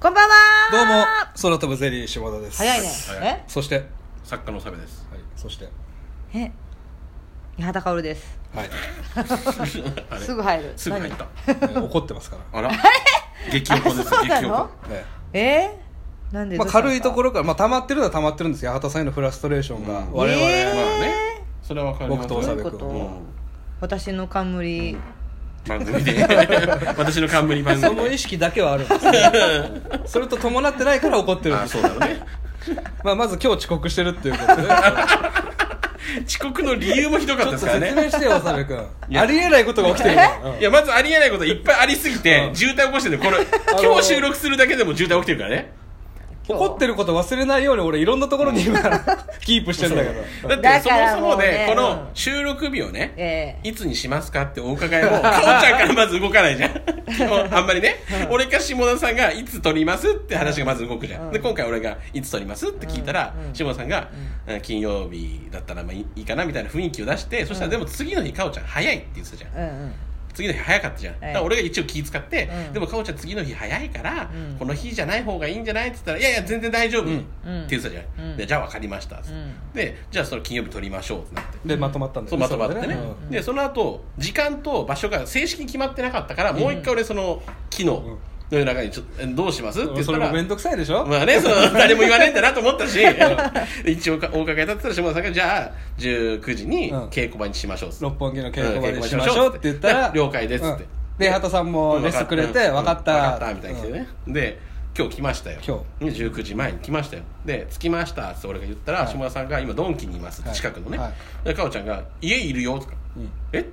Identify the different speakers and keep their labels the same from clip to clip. Speaker 1: こんばんは
Speaker 2: どうも空飛ぶゼリー島田です
Speaker 1: 早いね
Speaker 3: 早い
Speaker 2: そして、はい、
Speaker 3: 作家のサ メです
Speaker 2: そして
Speaker 1: ええ八幡薫です
Speaker 2: はい、
Speaker 3: あれ
Speaker 1: すぐ入る
Speaker 3: すぐ入った
Speaker 2: え ー怒ってますから、
Speaker 3: あら激おこです
Speaker 1: そうな
Speaker 3: 激お
Speaker 1: の
Speaker 3: こ
Speaker 2: え
Speaker 1: 何えー、なん
Speaker 2: え
Speaker 1: で、
Speaker 2: まあ、軽いとこ
Speaker 1: ろ
Speaker 2: ろから、まあ、溜まってるのは溜まってるんですけど八幡さんへのフラストレーションが、
Speaker 3: うん
Speaker 2: 我々、
Speaker 1: えー
Speaker 3: まあねそれはわかりま
Speaker 2: 僕
Speaker 3: す
Speaker 2: とお
Speaker 1: ど
Speaker 2: さ
Speaker 1: うい
Speaker 2: べ
Speaker 1: うこ
Speaker 2: 君
Speaker 1: と、
Speaker 3: うん
Speaker 1: 私の冠、
Speaker 3: 番組で 私の冠番
Speaker 2: そ
Speaker 3: 組
Speaker 2: の
Speaker 3: で
Speaker 2: 意識だけはあるんです ねそれと伴ってないから怒ってるん
Speaker 3: あ
Speaker 2: です
Speaker 3: そうだろうね
Speaker 2: まあ、まず今日遅刻してるっていうことでち
Speaker 3: 遅刻の理由もひどかっ
Speaker 2: ょ
Speaker 3: た
Speaker 2: っと
Speaker 3: ですから
Speaker 2: 説明
Speaker 3: ね
Speaker 2: してよ長部君
Speaker 3: いや
Speaker 2: ありえないことが起きてるから、
Speaker 3: いやまずありえないこといっぱいありすぎて
Speaker 2: うん
Speaker 3: 渋滞起こしてるこれ
Speaker 2: のー
Speaker 3: 今日収録するだけでも渋滞起きてるからね
Speaker 1: 今日
Speaker 2: 怒ってること忘れないように俺いろんなところに今キープしてんだけど
Speaker 3: だっ
Speaker 1: だ
Speaker 3: てそ
Speaker 1: から
Speaker 3: もそ
Speaker 1: もう
Speaker 3: も
Speaker 1: ね
Speaker 3: ねこ
Speaker 1: うん
Speaker 3: の収録日をね
Speaker 1: ええ
Speaker 3: いつにしますかってお伺いを、かおちゃんからまず動かないじゃん。基本あんまりね。俺か下田さんが、いつ撮りますって話がまず動くじゃん。で、今回俺が、いつ撮りますって聞いたら、下田さんが、うん金曜日だったらまあいいかなみたいな雰囲気を出して、そしたらでも次の日かおちゃん早いって言ってたじゃん。
Speaker 1: うんうん
Speaker 3: 次の日早かったじゃん。だから俺が一応気遣って、でもかおちゃん次の日早いから、
Speaker 1: うん
Speaker 3: この日じゃない方がいいんじゃないって言ったら、いやいや、全然大丈夫、って言ってたじゃん。
Speaker 1: うん
Speaker 3: でじゃあ分かりました、
Speaker 1: ん
Speaker 3: で、じゃあその金曜日撮りましょうってなって。
Speaker 2: でまとまったんだ
Speaker 3: そ
Speaker 2: よ
Speaker 3: う
Speaker 2: ね
Speaker 3: まとまって
Speaker 2: そ
Speaker 3: ね
Speaker 2: れでうん
Speaker 3: でその後時間と場所が正式に決まってなかったから、もう一回俺その機能の中にちょえどうしますって言っ
Speaker 2: そ
Speaker 3: た
Speaker 2: れも
Speaker 3: ら
Speaker 2: 面倒くさいでしょ、
Speaker 3: まあね、そ の誰も言わねえんだなと思ったし一応かお伺い立ってたら下田さんがじゃあ19時に
Speaker 2: うん
Speaker 3: 稽古場にしましょうっつって
Speaker 2: 六本木の稽古場にしましょうって言ったら
Speaker 3: うん了解ですって
Speaker 2: うんで畑さんも
Speaker 3: うん
Speaker 2: レッスンくれて
Speaker 3: うん
Speaker 2: 分かった
Speaker 3: 分かったみたいに来てね、で今日来ましたよ
Speaker 2: 今
Speaker 3: ね19時前に来ましたよで着きましたって俺が言ったら、
Speaker 2: はい
Speaker 3: 下田さんが今ドンキにいますって近くのね、
Speaker 2: はい
Speaker 3: でかおちゃんが「家いるよ」とか「
Speaker 2: うん
Speaker 3: えで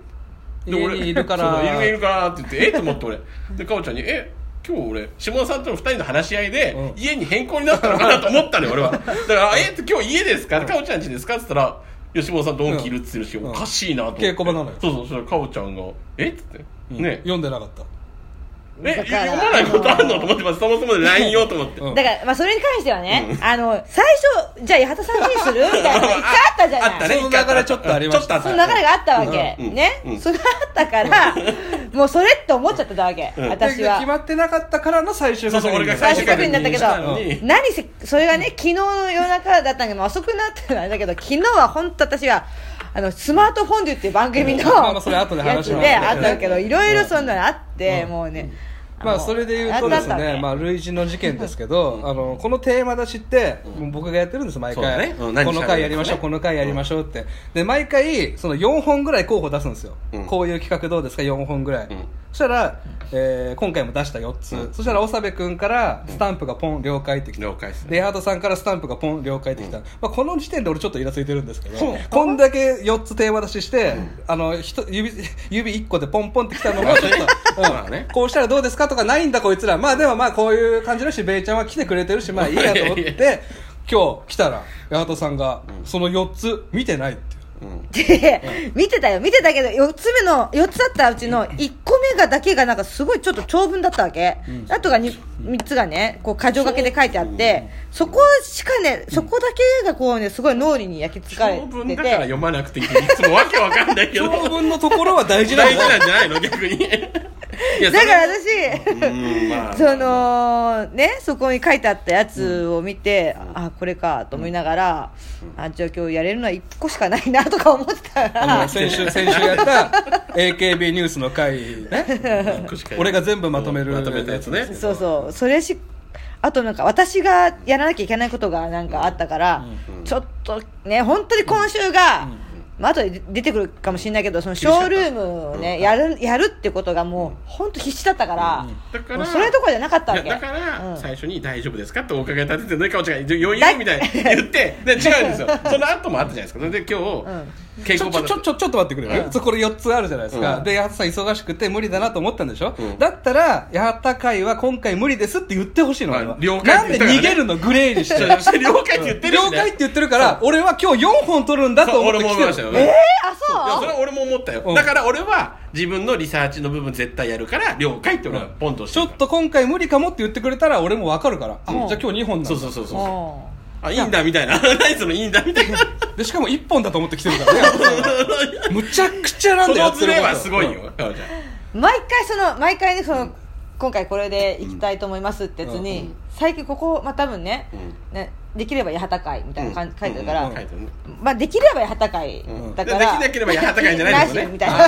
Speaker 2: 家に
Speaker 3: 俺
Speaker 2: いるから
Speaker 3: そういるいるからって言って「えっ?」と思って俺でかおちゃんに「え今日俺下田さんとの2人の話し合いで、
Speaker 2: うん
Speaker 3: 家に変更になったのかなと思ったのよ俺 はだから「えっ?」て今日家ですか?」かおちゃん家ですか?」って言ったら「吉本さんドンキいるって言ってるし、
Speaker 2: うん
Speaker 3: おかしいなと思って
Speaker 2: 稽古場なのよ
Speaker 3: そうそうそしたらかおちゃんが「えっ?」つって、
Speaker 2: うん
Speaker 3: ね
Speaker 2: 読んでなかった
Speaker 3: え
Speaker 1: だから
Speaker 3: 読まないことあるのと思ってますそもそもで LINE よと思って、
Speaker 2: うん
Speaker 1: だから、まあ、それに関してはね、あの最初じゃあ八幡さんに するみたいなのが一回あったじゃない
Speaker 3: あったね
Speaker 2: その流れちょっとありました
Speaker 3: ちょっと
Speaker 1: そ
Speaker 3: あ
Speaker 1: の
Speaker 3: っ
Speaker 1: 流れがあったわけ、
Speaker 3: うんうん
Speaker 1: ね、
Speaker 3: うん
Speaker 1: それがあったから、もうそれって思っちゃってたわけ、
Speaker 3: ん
Speaker 1: 私
Speaker 2: で
Speaker 1: は
Speaker 2: 決まってなかったからの最終
Speaker 3: そう
Speaker 2: 確
Speaker 3: そう
Speaker 2: 認
Speaker 3: 俺が
Speaker 1: 最
Speaker 3: 最
Speaker 1: 終
Speaker 3: 終
Speaker 1: 確認
Speaker 3: 確認
Speaker 1: だったけど
Speaker 3: したのに
Speaker 1: 何せそれがね昨日の夜中だったんだけど遅くなってないんだけど昨日は本当私はあのスマートフォンデュっていう番組の
Speaker 2: うんまあまあそれ後で
Speaker 1: や
Speaker 2: 話
Speaker 1: つ
Speaker 2: します
Speaker 1: であったけどいろいろそんなのあって、
Speaker 2: うん
Speaker 1: もうね、
Speaker 2: まあ
Speaker 1: の
Speaker 2: それで言うとです
Speaker 1: あれだったわ
Speaker 2: ね
Speaker 1: け
Speaker 2: まあ類似の事件ですけどあのこのテーマ出しってもう僕がやってるんです毎
Speaker 3: そうだ
Speaker 2: 回
Speaker 3: ねうん
Speaker 2: こ
Speaker 3: 何
Speaker 2: の回やりましょう
Speaker 3: 喋るか
Speaker 2: こ
Speaker 3: ね
Speaker 2: の回やりましょうってで毎回その4本ぐらい候補出すんですよ
Speaker 3: うん
Speaker 2: こういう企画どうですか4本ぐらい
Speaker 3: うん
Speaker 2: そしたらえー今回も出した4つそしたら長部君からスタンプがポン了解ってきて
Speaker 3: 了解ですね
Speaker 2: レイハートさんからスタンプがポン了解ってきた、まあ、この時点で俺ちょっとイラついてるんですけど、
Speaker 3: そう
Speaker 2: こんだけ4つテーマ出しして、あのひと指指1個でポンポンってきたのがちょっと、
Speaker 3: まあね
Speaker 2: こうしたらどうですかとかないんだこいつらまあでもまあこういう感じだしベイちゃんは来てくれてるしまあいいやと思っ
Speaker 3: いやい
Speaker 2: て今日来たら八幡さんがその4つ見てないっていう。
Speaker 3: うん
Speaker 1: で、見てたよ見てたけど4つ目の4つだったうちの1個目がだけがなんかすごいちょっと長文だったわけ、あとが 3, つがねこう箇条書きで書いてあってそこしかねそこだけがこうねすごい脳裏に焼き付かれ
Speaker 3: 長
Speaker 1: て
Speaker 3: 文だから
Speaker 1: て
Speaker 3: 読まなくていいっていつもわけわかんないけど
Speaker 2: 長文のところは大事なん
Speaker 3: 大事
Speaker 2: だ
Speaker 3: な
Speaker 2: よ
Speaker 3: んじゃないの 逆にいや
Speaker 1: だから私、
Speaker 3: それうんまあ
Speaker 1: そのねそこに書いてあったやつを見て、あこれかと思いながら、あじゃあ今日やれるのは1個しかないなとか思ってたら
Speaker 2: あの先週先週やった AKB ニュースの回ね俺が全部まとめる
Speaker 3: まとめたやつね
Speaker 1: そうそうそれしあとなんか私がやらなきゃいけないことがなんかあったから、ちょっとね本当に今週が、まあ後で出てくるかもしれないけどそのショールームをね、
Speaker 3: うん
Speaker 1: やるやるってことがもう本当必死だったから,、
Speaker 3: だから
Speaker 1: もうそれどころじゃなかったわ
Speaker 3: い
Speaker 1: け
Speaker 3: やだから、
Speaker 1: うん
Speaker 3: 最初に「大丈夫ですか?」ってお伺い立ててるのにかおちゃんが「余裕」みたいに言ってで違うんですよその後もあったじゃないですかそれで今日、稽
Speaker 2: ちょ
Speaker 3: 古場
Speaker 2: ちょ
Speaker 3: だ
Speaker 2: ちょちょちょっと待ってくれよ、そうこれ4つあるじゃないですか、
Speaker 3: うん
Speaker 2: で八幡さん忙しくて無理だなと思ったんでしょ、
Speaker 3: うん
Speaker 2: だったら八幡会は今回無理ですって言ってほしいの、
Speaker 3: まあ
Speaker 2: 俺は
Speaker 3: 了
Speaker 2: な
Speaker 3: 解
Speaker 2: ん
Speaker 3: って
Speaker 2: で
Speaker 3: 言ったか
Speaker 2: 逃
Speaker 3: らね
Speaker 2: げるのグレーにして
Speaker 3: ちょちょ 了解って言ってるし、ね、
Speaker 2: 了解って言ってるから俺は今日4本取るんだと思って
Speaker 3: そう俺も思いましたよ
Speaker 2: 来て
Speaker 1: えー、
Speaker 2: るえ
Speaker 3: いや
Speaker 1: あ
Speaker 3: そ
Speaker 1: そ
Speaker 3: れ
Speaker 1: う
Speaker 3: は俺も思ったよ、
Speaker 2: うん
Speaker 3: だから俺は自分のリサーチの部分絶対やるから了解って俺はポンと押し
Speaker 2: ち
Speaker 3: て
Speaker 2: ょ
Speaker 3: る
Speaker 2: っと今回無理かもって言ってくれたら俺も分かるから、あ
Speaker 1: うん
Speaker 2: じゃあ今日2本なんだ
Speaker 3: そうそうそうそう
Speaker 1: うん
Speaker 3: あいいんだみたいな 何そのいいんだみたいな
Speaker 2: でしかも1本だと思って来てるからね八幡さんはむちゃくちゃなん
Speaker 3: そ
Speaker 2: だよ
Speaker 3: のズレはすごい
Speaker 2: うん
Speaker 3: よ、かおちゃん
Speaker 1: 毎回その毎回ねその今回これで行きたいと思いますってやつに、
Speaker 3: うんうん
Speaker 1: 最近ここ、まあ、多分ね,、
Speaker 3: う
Speaker 1: ねできれば八幡会みたいな感じ、書いてるか
Speaker 3: う
Speaker 1: ら、
Speaker 3: んうん書いてるね
Speaker 1: まあ、できれば八幡会
Speaker 3: うん
Speaker 1: だから、
Speaker 3: でできなければ八幡会じゃないんだ
Speaker 1: な
Speaker 3: よ
Speaker 1: し
Speaker 3: ね
Speaker 1: みたいな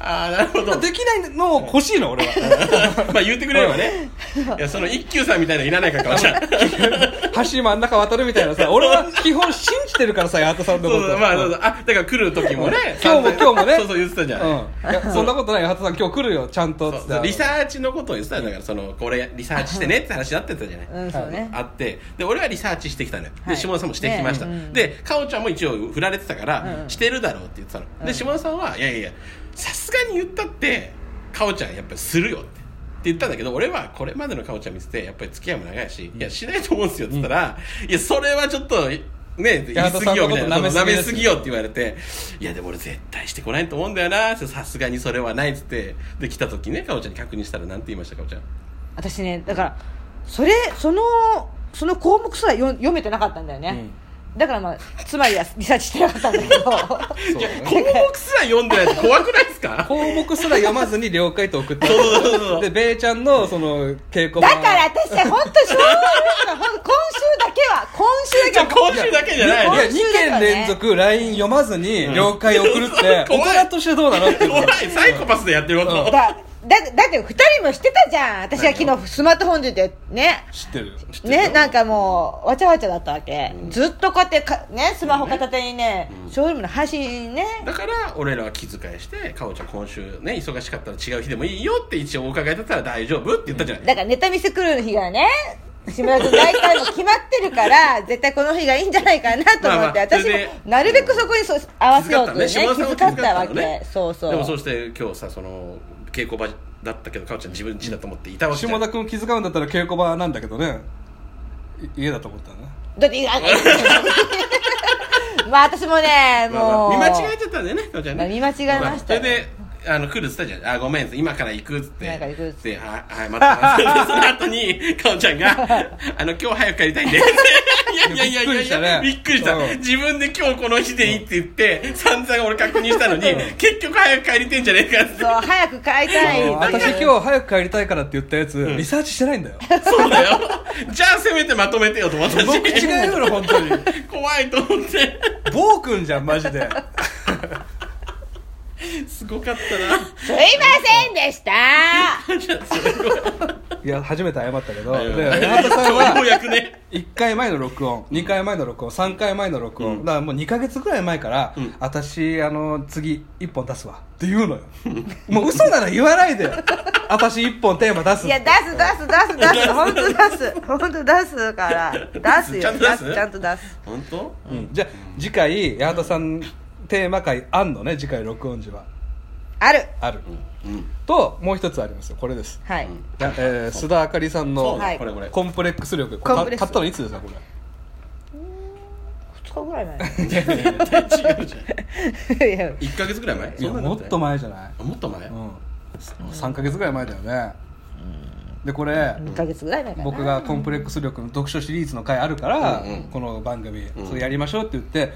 Speaker 3: あーなるほ ど
Speaker 2: できないのを欲しいの俺は
Speaker 3: まあ言ってくれればねいやその一休さんみたいなのいらないからかもしれない
Speaker 2: 橋真ん中渡るみたいなさ俺は基本信じてるからさ八幡さんの
Speaker 3: そう
Speaker 2: こと
Speaker 3: そうまあそうそうあだから来る時もね
Speaker 2: 今日も今日もね
Speaker 3: そうそう言ってたじゃん、
Speaker 2: うんいやそんなことない八幡さん今日来るよちゃんと
Speaker 3: そう
Speaker 2: つっ
Speaker 3: そう
Speaker 2: て
Speaker 3: リサーチのことを言ってたんだからそのこれリサーチしてねって話だってたじゃない、
Speaker 1: うんそうね、
Speaker 3: あってで俺はリサーチしてきたのよ、
Speaker 1: はい
Speaker 3: で下田さんもしてきました、
Speaker 1: ねうん
Speaker 3: でかおちゃんも一応振られてたから、
Speaker 1: うん
Speaker 3: してるだろうって言ってたの、で下田さんはいやいやいやさすがに言ったってかおちゃんやっぱりするよってって言ったんだけど俺はこれまでのかおちゃん見ててやっぱり付き合いも長いし、いやしないと思うんですよって言ったら、いやそれはちょっとね、言い過ぎよみた
Speaker 2: 八幡さん
Speaker 3: いな舐
Speaker 2: のこと舐めす
Speaker 3: め
Speaker 2: ぎです
Speaker 3: すぎよって言われていやでも俺絶対してこないと思うんだよなさすがにそれはないっつってで来た時ねかおちゃんに確認したらなんて言いましたかおちゃん
Speaker 1: 私ねだからそれそのその項目すら読読めてなかったんだよね、だからまあつまりはリサーチしてなかったんだけど
Speaker 2: そ うだね
Speaker 3: 項目すら読んでないって怖くないですか
Speaker 2: 項目すら読まずに了解と送って
Speaker 3: そうそうそう
Speaker 2: でべーちゃんのその稽古
Speaker 1: だ
Speaker 2: 版
Speaker 1: から私本当そういうの ほんと今週だけは今週
Speaker 3: じ
Speaker 1: だ
Speaker 3: ゃあ
Speaker 1: け
Speaker 3: 今週だけじゃない
Speaker 2: い
Speaker 3: の
Speaker 2: や
Speaker 1: や
Speaker 2: 2件連続 LINE 読まずに了解送る って
Speaker 3: うん
Speaker 2: 大人としてどうなのっていう
Speaker 3: 怖いサイコパスでやってること、
Speaker 2: うん
Speaker 1: だだだって二人もしてたじゃん私が昨日スマートフォンでてね
Speaker 2: 知ってるよ
Speaker 3: 知ってるよ
Speaker 1: ねなんかもうわちゃわちゃだったわけ、ずっとこうやってかねスマホ片手にね、ショールームの端にね
Speaker 3: だから俺らは気遣いしてかおちゃん今週ね忙しかったら違う日でもいいよって一応お伺いだったら大丈夫って言ったじゃない、
Speaker 1: だからネタ見せ来る日がね志村君大体も決まってるから 絶対この日がいいんじゃないかなと思って、
Speaker 3: まあまあ
Speaker 1: 私
Speaker 3: そ
Speaker 1: も
Speaker 3: れで
Speaker 1: なるべくそこにそう合わせようとね気遣
Speaker 3: 下田
Speaker 1: った
Speaker 3: さんは気遣
Speaker 1: わ
Speaker 3: の
Speaker 1: け、そうそう
Speaker 3: でもそうして今日さその稽古場だったけどかおちゃん自分家だと思っていたわけじゃん
Speaker 2: 下田君気遣うんだったら稽古場なんだけどねい家だと思ったね
Speaker 1: だって あ まあ私もね
Speaker 3: まあまあ
Speaker 1: もう、
Speaker 3: 見間違えちゃったんだよねかおちゃんね、
Speaker 1: まあ見間違えましたよ
Speaker 3: それであの来るっつったじゃんあごめんっつって今から行くっつって
Speaker 1: 今から行くっつって
Speaker 3: でははい待ってますその後に かおちゃんがあの今日早く帰りたいんでいやいやいやいやいや
Speaker 2: び
Speaker 3: び
Speaker 2: っ
Speaker 3: っ
Speaker 2: く
Speaker 3: く
Speaker 2: り
Speaker 3: り
Speaker 2: し
Speaker 3: したた
Speaker 2: ねうん
Speaker 3: 自分で今日この日でいいって言って散々俺確認したのに結局早く帰りてんじゃねえかっつって
Speaker 1: そう早く買いたい
Speaker 2: あの私
Speaker 1: 日
Speaker 2: 今日早く帰りたいからって言ったやつリサーチしてないんだよ
Speaker 3: そうだよじゃあせめてまとめてよと思ったし
Speaker 2: 僕違うよ本当に
Speaker 3: 怖いと思って
Speaker 2: 暴君じゃんマジです
Speaker 3: ごかった
Speaker 1: すいませんでした
Speaker 3: な じゃあそれ
Speaker 2: いや初めて謝ったけど
Speaker 3: は
Speaker 2: で八幡さん
Speaker 3: よう
Speaker 2: は
Speaker 3: や くね
Speaker 2: 1回前の録音2回前の録音3回前の録音、
Speaker 3: うん
Speaker 2: だからもう2か月ぐらい前から、
Speaker 3: うん
Speaker 2: 私あの次1本出すわって言うのよもう嘘なら言わないで よ私1本テーマ出す
Speaker 1: いや出す出す出す出 す本当出す本当出すから出すよ
Speaker 3: ちゃんと出す
Speaker 1: ちゃんと出す
Speaker 3: 本当
Speaker 2: うんじゃあ次回八幡さんテーマ回あんのね次回録音時は
Speaker 1: ある
Speaker 2: ある、
Speaker 3: うん
Speaker 2: ともう一つありますよこれです、
Speaker 1: はい、
Speaker 3: うん
Speaker 2: なえー須田あかりさん
Speaker 3: そ
Speaker 2: の
Speaker 3: う、
Speaker 1: はい
Speaker 3: これこれ
Speaker 2: コンプレックス力
Speaker 1: コンプレックス
Speaker 2: 買ったのいつですかこれ
Speaker 1: 2日ぐらい
Speaker 3: 絶対違うじゃん
Speaker 1: 前いや
Speaker 3: 1か月ぐらい前
Speaker 2: いやもっと前じゃない
Speaker 3: あもっと前、
Speaker 2: うん、3か月ぐらい前だよね、でこれ、
Speaker 1: 2ヶ月ぐらい前かな
Speaker 2: 僕がコンプレックス力の読書シリーズの回あるから、
Speaker 3: うんうん
Speaker 2: この番組、
Speaker 3: ん
Speaker 2: それやりましょうって言って、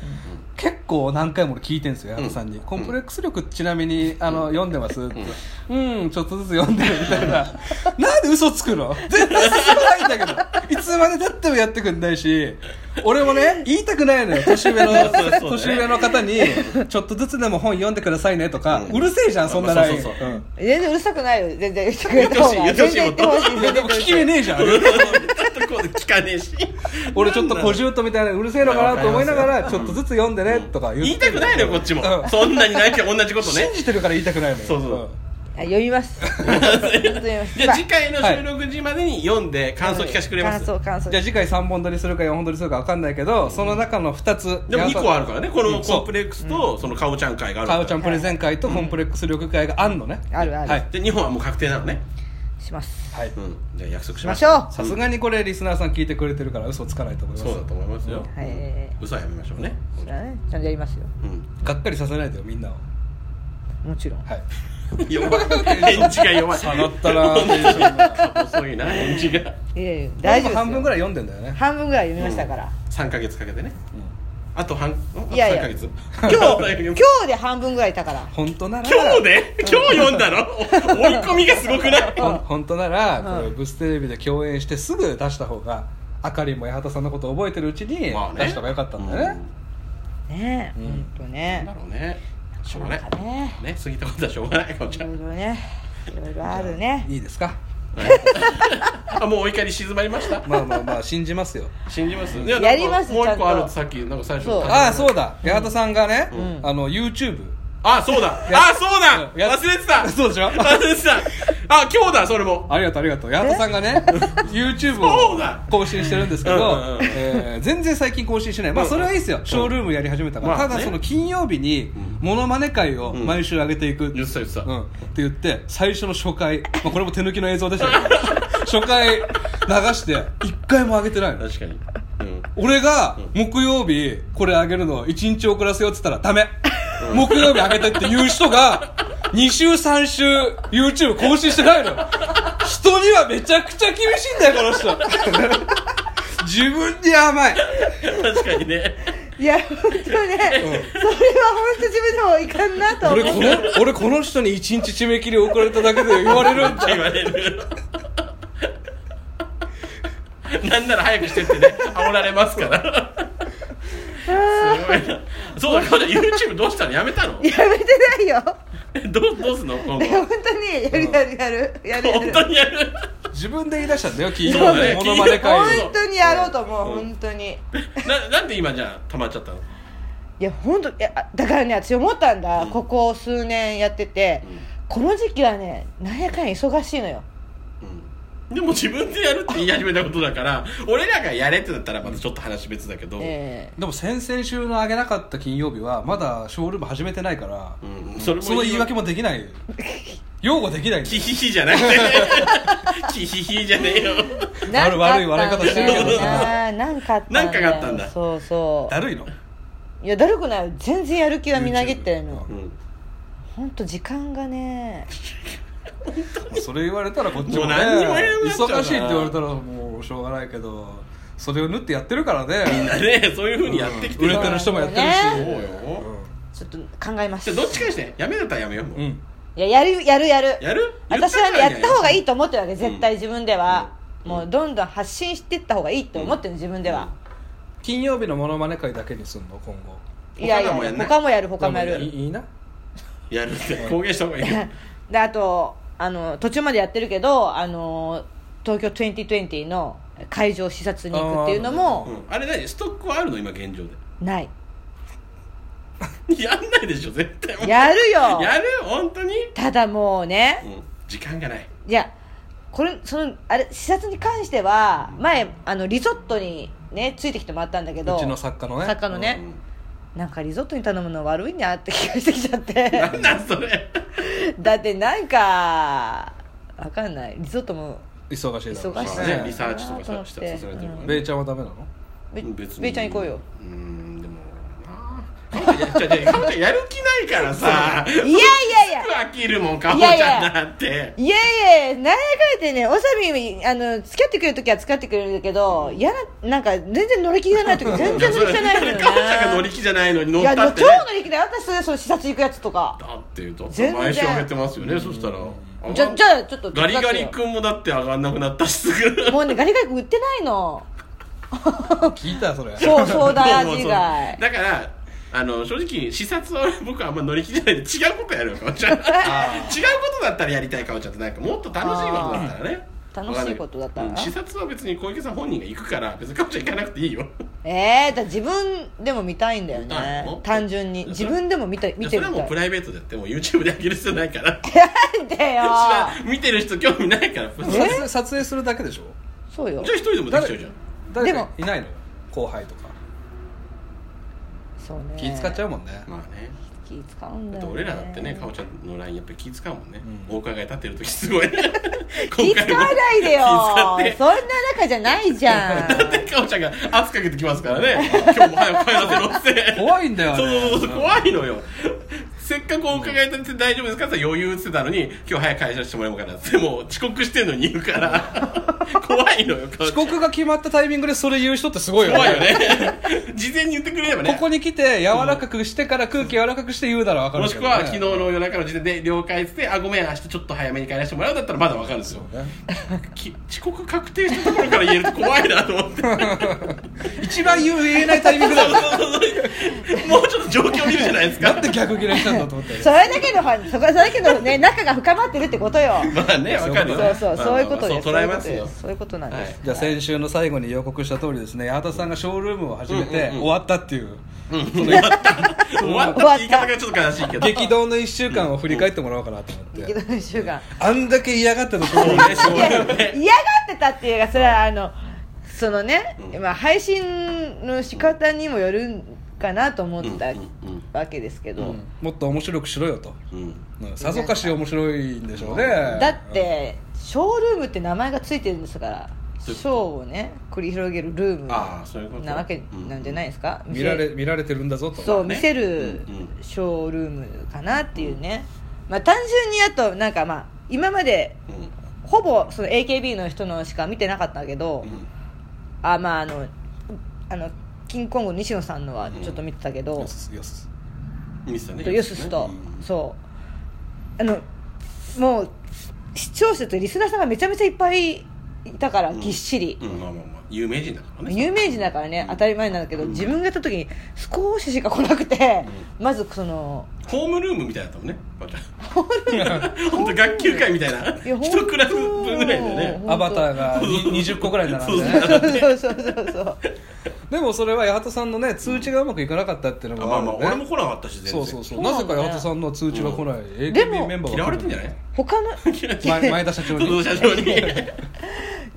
Speaker 2: 結構何回も俺聞いてるんですよ矢田さんに、コンプレックス力ちなみにあの読んでますってうん、ちょっとずつ読んでるみたいな なんで嘘つくの絶対進まないんだけどいつまでたってもやってくんないし俺もね言いたくないのよ年上の
Speaker 3: そうそうそう
Speaker 2: 年上の方にちょっとずつでも本読んでくださいねとか、
Speaker 3: う
Speaker 2: うんるせえじゃんそんな
Speaker 3: まあ
Speaker 2: LINE
Speaker 3: そうそうそう
Speaker 2: うん
Speaker 1: 全然うるさくないよ全然言ってくれた方が
Speaker 3: 言ってほ
Speaker 1: 全
Speaker 3: しい
Speaker 1: 然言
Speaker 3: 言
Speaker 1: っ
Speaker 3: ってて
Speaker 1: ほ
Speaker 3: ほ
Speaker 1: し
Speaker 3: し
Speaker 1: い
Speaker 3: い
Speaker 2: いやでも聞き目ねえじゃん
Speaker 3: ちょっとこう聞かねえし
Speaker 2: 俺ちょっと小獣とみたいなうるせえのかなと思いながらちょっとずつ読んでねとか言って
Speaker 3: 言いたくないのよこっちも、
Speaker 2: うん
Speaker 3: そんなに何回も同 じことね
Speaker 2: 信じてるから言いたくないのよ
Speaker 3: そうそう
Speaker 1: あ読みます読みます
Speaker 3: じゃあ次回の収録時までに読んで感想聞かせてくれます、
Speaker 1: 感想感
Speaker 2: う
Speaker 1: 想
Speaker 2: んじゃあ次回3本撮りするか4本撮りするか分かんないけどその中の2つ
Speaker 3: でも2個あるからねこの
Speaker 2: そう
Speaker 3: コンプレックスとそのカオちゃん会がある
Speaker 2: かおちゃ
Speaker 3: ん
Speaker 2: んプレゼン会とコンプレックス力会があんのね
Speaker 1: あるある、
Speaker 2: はい
Speaker 3: で日本はもう確定なのね
Speaker 1: します
Speaker 2: はい
Speaker 3: うんじゃあ約束
Speaker 1: し
Speaker 3: し
Speaker 1: ま
Speaker 3: ま
Speaker 1: し
Speaker 3: し
Speaker 1: ょう
Speaker 3: ょ
Speaker 2: さすがにこれリスナーさん聞いてくれてるから嘘つかないと思います
Speaker 3: そうだと思いますよ、
Speaker 1: はい
Speaker 3: 嘘はやめましょうね
Speaker 1: そうだねちゃんとやりますよ
Speaker 3: うん
Speaker 2: がっかりさせないでよみんなを
Speaker 1: もちろん
Speaker 2: はい
Speaker 3: 弱い返事が弱い
Speaker 2: 下がったなぁ
Speaker 3: 遅いな返事が
Speaker 1: いやいや大
Speaker 2: 大丈
Speaker 1: 丈夫
Speaker 2: 夫半分ぐ
Speaker 1: らい
Speaker 2: らい読んでんだよね
Speaker 1: 半分ぐらい読みましたから、
Speaker 3: 3か月かけてね
Speaker 2: うん
Speaker 3: あと半ん
Speaker 1: いやいや
Speaker 3: あと3
Speaker 1: 今
Speaker 3: ヶ
Speaker 1: 日
Speaker 3: 月
Speaker 1: 今日で半分ぐらいいたから
Speaker 2: 本当なら
Speaker 3: 今日で今日読んだのお追い込みがすごくない
Speaker 2: ほん本当ならこれブステレビで共演してすぐ出した方があかりも八幡さんのことを覚えてるうちに出
Speaker 3: まあね
Speaker 2: した方がよかったんだよね
Speaker 1: ねえほんと
Speaker 3: なん
Speaker 1: ね
Speaker 3: だろうねしょうがな
Speaker 1: ないんかね
Speaker 3: ね過ぎたことはしょうがないこっ
Speaker 1: い
Speaker 3: ちは
Speaker 1: ろいろねいろいろあるね
Speaker 2: いいですか
Speaker 3: あもうお怒り静まりました
Speaker 2: まあまあまあ信じますよ
Speaker 3: 信じますいや
Speaker 1: やります
Speaker 3: なんかもう一
Speaker 1: ちゃんと
Speaker 3: 個あるってさっきなんか最初
Speaker 1: そう
Speaker 2: ああそうだ八幡さんがね
Speaker 1: うん
Speaker 2: あの YouTube
Speaker 3: あそうだあそうだ
Speaker 2: や
Speaker 3: 忘れてた
Speaker 2: そうでしょ
Speaker 3: 忘れてたあ今日だそれも
Speaker 2: ありがとうありがとう八幡さんがね YouTube
Speaker 3: そう
Speaker 2: を
Speaker 3: だ
Speaker 2: 更新してるんですけ
Speaker 3: うんうんう
Speaker 2: ど
Speaker 3: ん
Speaker 2: えー全然最近更新しないまあそれはいいですよショールームやり始めたから
Speaker 3: まあ
Speaker 2: た
Speaker 3: ね
Speaker 2: だその金曜日にモノマネ会を毎週上げていく
Speaker 3: 言ってた言ってた
Speaker 2: うん、って言って最初の初回、まあ、これも手抜きの映像でしたけど 初回流して一回も上げてないの
Speaker 3: 確かにうん
Speaker 2: 俺が木曜日これ上げるの一日遅らせようって言ったらダメ、木曜日上げてっていう人が2週3週 YouTube 更新してないの人にはめちゃくちゃ厳しいんだよこの人自分に甘い
Speaker 3: 確かにね
Speaker 1: いや本当ねそれは本当自分でもいかんなと
Speaker 2: 俺
Speaker 1: 思
Speaker 2: こ
Speaker 1: う
Speaker 2: の俺この人に一日締め切り送られただけで言われるんじゃん
Speaker 3: 言われるなんなら早くしてってね煽られますからすごいなそうだかおちゃん YouTube どうしたのやめたの
Speaker 1: やめてないよ
Speaker 3: どうどうすんの今後
Speaker 1: いや本当にやるやるやるやるや
Speaker 3: 本
Speaker 1: る
Speaker 3: 当にやる
Speaker 2: 自分で言い出したんだよ金曜
Speaker 3: そう
Speaker 2: 日
Speaker 3: だね
Speaker 2: モノマネ会を
Speaker 3: 金曜日
Speaker 1: 本当にやろうと思う
Speaker 3: うん
Speaker 1: 本当に
Speaker 3: ななんで今じゃあ溜まっちゃったの
Speaker 1: いや本当いやだからね私思ったんだ、ここ数年やってて、
Speaker 3: うん
Speaker 1: この時期はねなんやかんや忙しいのよ
Speaker 3: でも自分でやるって言い始めたことだから俺らがやれってなったらまたちょっと話別だけど、
Speaker 1: ええ
Speaker 2: でも先々週の上げなかった金曜日はまだショールーム始めてないから、
Speaker 3: うん、それも
Speaker 2: その言い訳
Speaker 3: も
Speaker 2: もできないよ擁護できないんだ
Speaker 3: キ
Speaker 2: よ
Speaker 3: ヒヒじ ゃなくてキヒヒじゃねえよ
Speaker 1: なんかあったんだよな
Speaker 2: 悪い笑い方してるけど
Speaker 1: ななんかあったんだよ
Speaker 3: なんかがあったんだ
Speaker 1: そうそ
Speaker 2: だるいの
Speaker 1: ういやだるくない全然やる気はみなぎってるの
Speaker 2: YouTube
Speaker 3: う
Speaker 1: 本当時間がね
Speaker 2: それ言われたらこっち
Speaker 3: も
Speaker 2: も
Speaker 3: う
Speaker 2: ね
Speaker 3: 何にも言えなくなっちゃうな
Speaker 2: 忙しいって言われたらもうしょうがないけどそれを縫ってやってるからねみん
Speaker 3: んねそういうふうにやってきて
Speaker 2: 売
Speaker 3: る
Speaker 2: れ
Speaker 3: か
Speaker 2: て
Speaker 3: ら
Speaker 2: る人
Speaker 3: そ
Speaker 2: もやってるし
Speaker 3: う
Speaker 1: ね
Speaker 3: よ
Speaker 1: ちょっと考えま
Speaker 3: じ
Speaker 1: す
Speaker 3: ゃあどっちかにしてやめるったらやめようもう
Speaker 2: うん、うん
Speaker 1: いややるやるやる
Speaker 3: やる
Speaker 1: 私はねやった方がいい
Speaker 3: と
Speaker 1: と思ってるわけ絶対
Speaker 3: うん
Speaker 1: 自分では、
Speaker 3: うん
Speaker 1: もうどんどん発信してった方がいいと思ってるの自分では、
Speaker 2: 金曜日のモノマネ会だけにすんの今後
Speaker 3: うん
Speaker 1: いやいや
Speaker 3: 他のもやんない
Speaker 1: 他もやる他もや
Speaker 2: でい
Speaker 1: る
Speaker 2: いいいな
Speaker 3: やるって公言した方がいい よ
Speaker 1: であとあの途中までやってるけどあの東京2020の会場を視察に行くっていうの
Speaker 3: う
Speaker 1: も
Speaker 3: んあれ何ストックはあるの今現状
Speaker 1: ない
Speaker 3: で やんないでしょ絶対もう
Speaker 1: やるよ
Speaker 3: やる本当に
Speaker 1: ただもうね
Speaker 3: うん時間がない
Speaker 1: いやこれそのあれ視察に関しては前あのリゾットにねついてきてもらったんだけど
Speaker 2: うちの作家のね
Speaker 1: 作家のね
Speaker 3: うん
Speaker 1: なんかリゾットに頼むの悪いなって気がしてきちゃって
Speaker 3: なんなんそれ
Speaker 1: だってなんかわかんないリゾットも
Speaker 2: 忙しいだろう
Speaker 1: 忙しい
Speaker 3: まあねリサーチとかさ
Speaker 1: と思っ
Speaker 3: したら
Speaker 1: て
Speaker 3: させられてるからね
Speaker 2: ベイちゃんはダメなの
Speaker 1: べ
Speaker 3: 別に
Speaker 1: べーちゃん行こうよ
Speaker 3: うーんでもなあいやじゃあじゃあかおちゃんやる気ないからさ
Speaker 1: いやいやいや
Speaker 3: 飽きるもんかおちゃんだって
Speaker 1: いやいや、なんやかんやってね、おさみ、あの、付き合ってくれるときは付き合ってくれるんだけど、いやな、なんか、全然乗り気が ないとき、全
Speaker 3: いや
Speaker 1: 然
Speaker 3: そ
Speaker 1: 乗
Speaker 3: れ
Speaker 1: り気がないのよ、ね。
Speaker 3: かおちゃんが乗り気じゃないのに乗
Speaker 1: い
Speaker 3: っ
Speaker 1: や、
Speaker 3: た
Speaker 1: もう
Speaker 3: って
Speaker 1: 超
Speaker 3: ね
Speaker 1: 乗り気だよ。私、それ、その視察行くやつとか。
Speaker 3: だって言うと
Speaker 1: 全然
Speaker 3: 毎週上げてますよねそしたら
Speaker 1: じゃ、じゃあ、ちょっと手
Speaker 3: ガ
Speaker 1: 伝
Speaker 3: リ
Speaker 1: ってよ
Speaker 3: ガリ君もだって上がんなくなったしすぐ
Speaker 1: もうね、ガリガリ君売ってないの。
Speaker 2: 聞いたそれ
Speaker 1: そう、そうだ、
Speaker 3: もう
Speaker 1: 味
Speaker 3: そう
Speaker 1: が。
Speaker 3: だからあの正直視察は 僕はあんま乗り気じゃないで違うことやるよかお ちゃん違うことだったらやりたいかおちゃんってなんかもっと楽しいことだったらね
Speaker 1: あー楽しいことだったら
Speaker 3: わかんないけどうん視察は別に小池さん本人が行くから別にかおちゃん行かなくていいよ
Speaker 1: えー、だ自分でも見たいんだよ
Speaker 3: 見たいの
Speaker 1: ね。単純に。自分でも見たい、見
Speaker 3: そ
Speaker 1: て
Speaker 3: れ
Speaker 1: み
Speaker 3: は
Speaker 1: たい。
Speaker 3: もうプライベートでやってもう YouTube で上げる必要ないから
Speaker 1: なんで よ。
Speaker 3: 知らん見てる人興味ないから
Speaker 2: 撮
Speaker 3: じゃあ
Speaker 2: 影撮影するだけでしょ
Speaker 1: そうよ
Speaker 3: 一。人でもできちゃうじゃん
Speaker 1: で
Speaker 2: 誰か
Speaker 1: も
Speaker 2: いないの後輩とか
Speaker 1: そうね。
Speaker 2: 気使っちゃうもんね
Speaker 3: まあね
Speaker 1: 気使うんだ
Speaker 3: だっ
Speaker 1: よ、ね。
Speaker 3: て俺らだってねかおちゃんの LINE やっぱり気使うもんね、
Speaker 2: うん
Speaker 3: お伺い立ってる時 すごい
Speaker 1: 気
Speaker 3: 気
Speaker 1: 使わないでよ
Speaker 3: 気使って
Speaker 1: そんな仲じゃないじゃん
Speaker 3: だってかおちゃんが圧かけてきますからね今日も早く帰らせろって
Speaker 2: 怖いんだよあ
Speaker 3: そう
Speaker 2: れ
Speaker 3: そうそう怖いのよせっかくお伺い立てて大丈夫です かって言ったら余裕ってたのに今日早く会社してもらえまからってもう遅刻してんのに言うから怖ないのよこ
Speaker 2: 遅刻が決まったタイミングでそれ言う人ってすごいよね
Speaker 3: 怖いよね事前に言ってくれればね
Speaker 2: ここに来て柔らかくしてから空気柔らかくして言うなら分かる
Speaker 3: も
Speaker 2: け
Speaker 3: し
Speaker 2: ど
Speaker 3: く
Speaker 2: ね
Speaker 3: は昨日の夜中の時点で了解してあごめん明日ちょっと早めに帰らせてもらうだったらまだわかるんですよ、き遅刻確定したところから言えると怖いなと思って
Speaker 2: 一番言う言えないタイミングだよ
Speaker 3: もうちょっと状況見るじゃないで す
Speaker 2: な
Speaker 3: か
Speaker 2: んで逆切れしたんだと思ったよ
Speaker 1: それだけのそこそれだけのね仲が深まってるってことよ
Speaker 3: まあねわかるよ
Speaker 1: そうそうそういうことです
Speaker 3: そう捉えますよ
Speaker 1: そういうことなんです
Speaker 2: じゃあ先週の最後に予告した通りですね八幡さんがショールームを始め
Speaker 3: うんう
Speaker 2: て
Speaker 3: んうん
Speaker 2: 終わったっていう
Speaker 3: 終わった終わったって言い方がちょっと悲しいけど
Speaker 2: 激動の1週間を振り返ってもらおうかなと思って
Speaker 1: 池田秀が
Speaker 2: あんだけ嫌がってたところをね
Speaker 3: そう
Speaker 1: 嫌
Speaker 3: だ
Speaker 1: がっ
Speaker 3: よね
Speaker 1: てたっていうかそれはあのそのね、まあ、配信の仕方にもよるんかなと思った
Speaker 3: うんうんうん
Speaker 1: わけですけど、
Speaker 2: もっと面白くしろよと、
Speaker 3: うん
Speaker 2: うん、さぞかし面白いんでしょうね
Speaker 1: だってショールームって名前がついてるんですからシ
Speaker 3: そういう
Speaker 1: ョ
Speaker 3: こ
Speaker 1: ーをね繰り広げるルーム
Speaker 3: ああそういうこと
Speaker 1: なわけなんじゃないですか、
Speaker 2: 見られ見られてるんだぞと
Speaker 1: そう、
Speaker 3: まあね
Speaker 1: 見せる
Speaker 3: うんうん
Speaker 1: ショールームかなっていうね、まあ単純にあとなんかまあ今まで
Speaker 3: う
Speaker 1: ほぼその AKB の人のしか見てなかったけど、
Speaker 3: んうん
Speaker 1: あまああのあのキングコング西野さんのはちょっと見てたけど、
Speaker 2: よすよす
Speaker 3: ミスだね
Speaker 1: とヨススと、
Speaker 3: うん
Speaker 1: そうあのもう視聴者とリスナーさんがめちゃめちゃいっぱいいたから
Speaker 3: ん
Speaker 1: ぎっしり、
Speaker 3: うんまあまあまあ有名人だからね
Speaker 1: 有名人だからね当たり前なんだけど、自分がやった時に少ししか来なくて、まずそ の
Speaker 3: ホームルームみたいだったもんねまた 本当学級会みたいない
Speaker 1: や
Speaker 3: 一クラス分ぐらいだよね
Speaker 1: 本当
Speaker 2: アバター がに20個ぐらい並んで、
Speaker 3: そう
Speaker 2: ね、
Speaker 1: そうそうそうそう
Speaker 2: でもそれは八幡さんのね通知がうまくいかなかったっていう
Speaker 3: あ
Speaker 2: の
Speaker 3: ま
Speaker 2: が
Speaker 3: あ
Speaker 2: る
Speaker 3: まあ
Speaker 2: よね
Speaker 3: 俺も来なかったし全然
Speaker 2: そうそうそう
Speaker 1: そうな
Speaker 2: なん
Speaker 1: だ
Speaker 2: ぜ
Speaker 1: よ
Speaker 2: か八幡さんの通知は来ない、
Speaker 1: でも
Speaker 2: AKB メンバーが
Speaker 3: 嫌われてんじゃない
Speaker 1: 他 の
Speaker 2: 前前田社長に
Speaker 3: そうそう社長に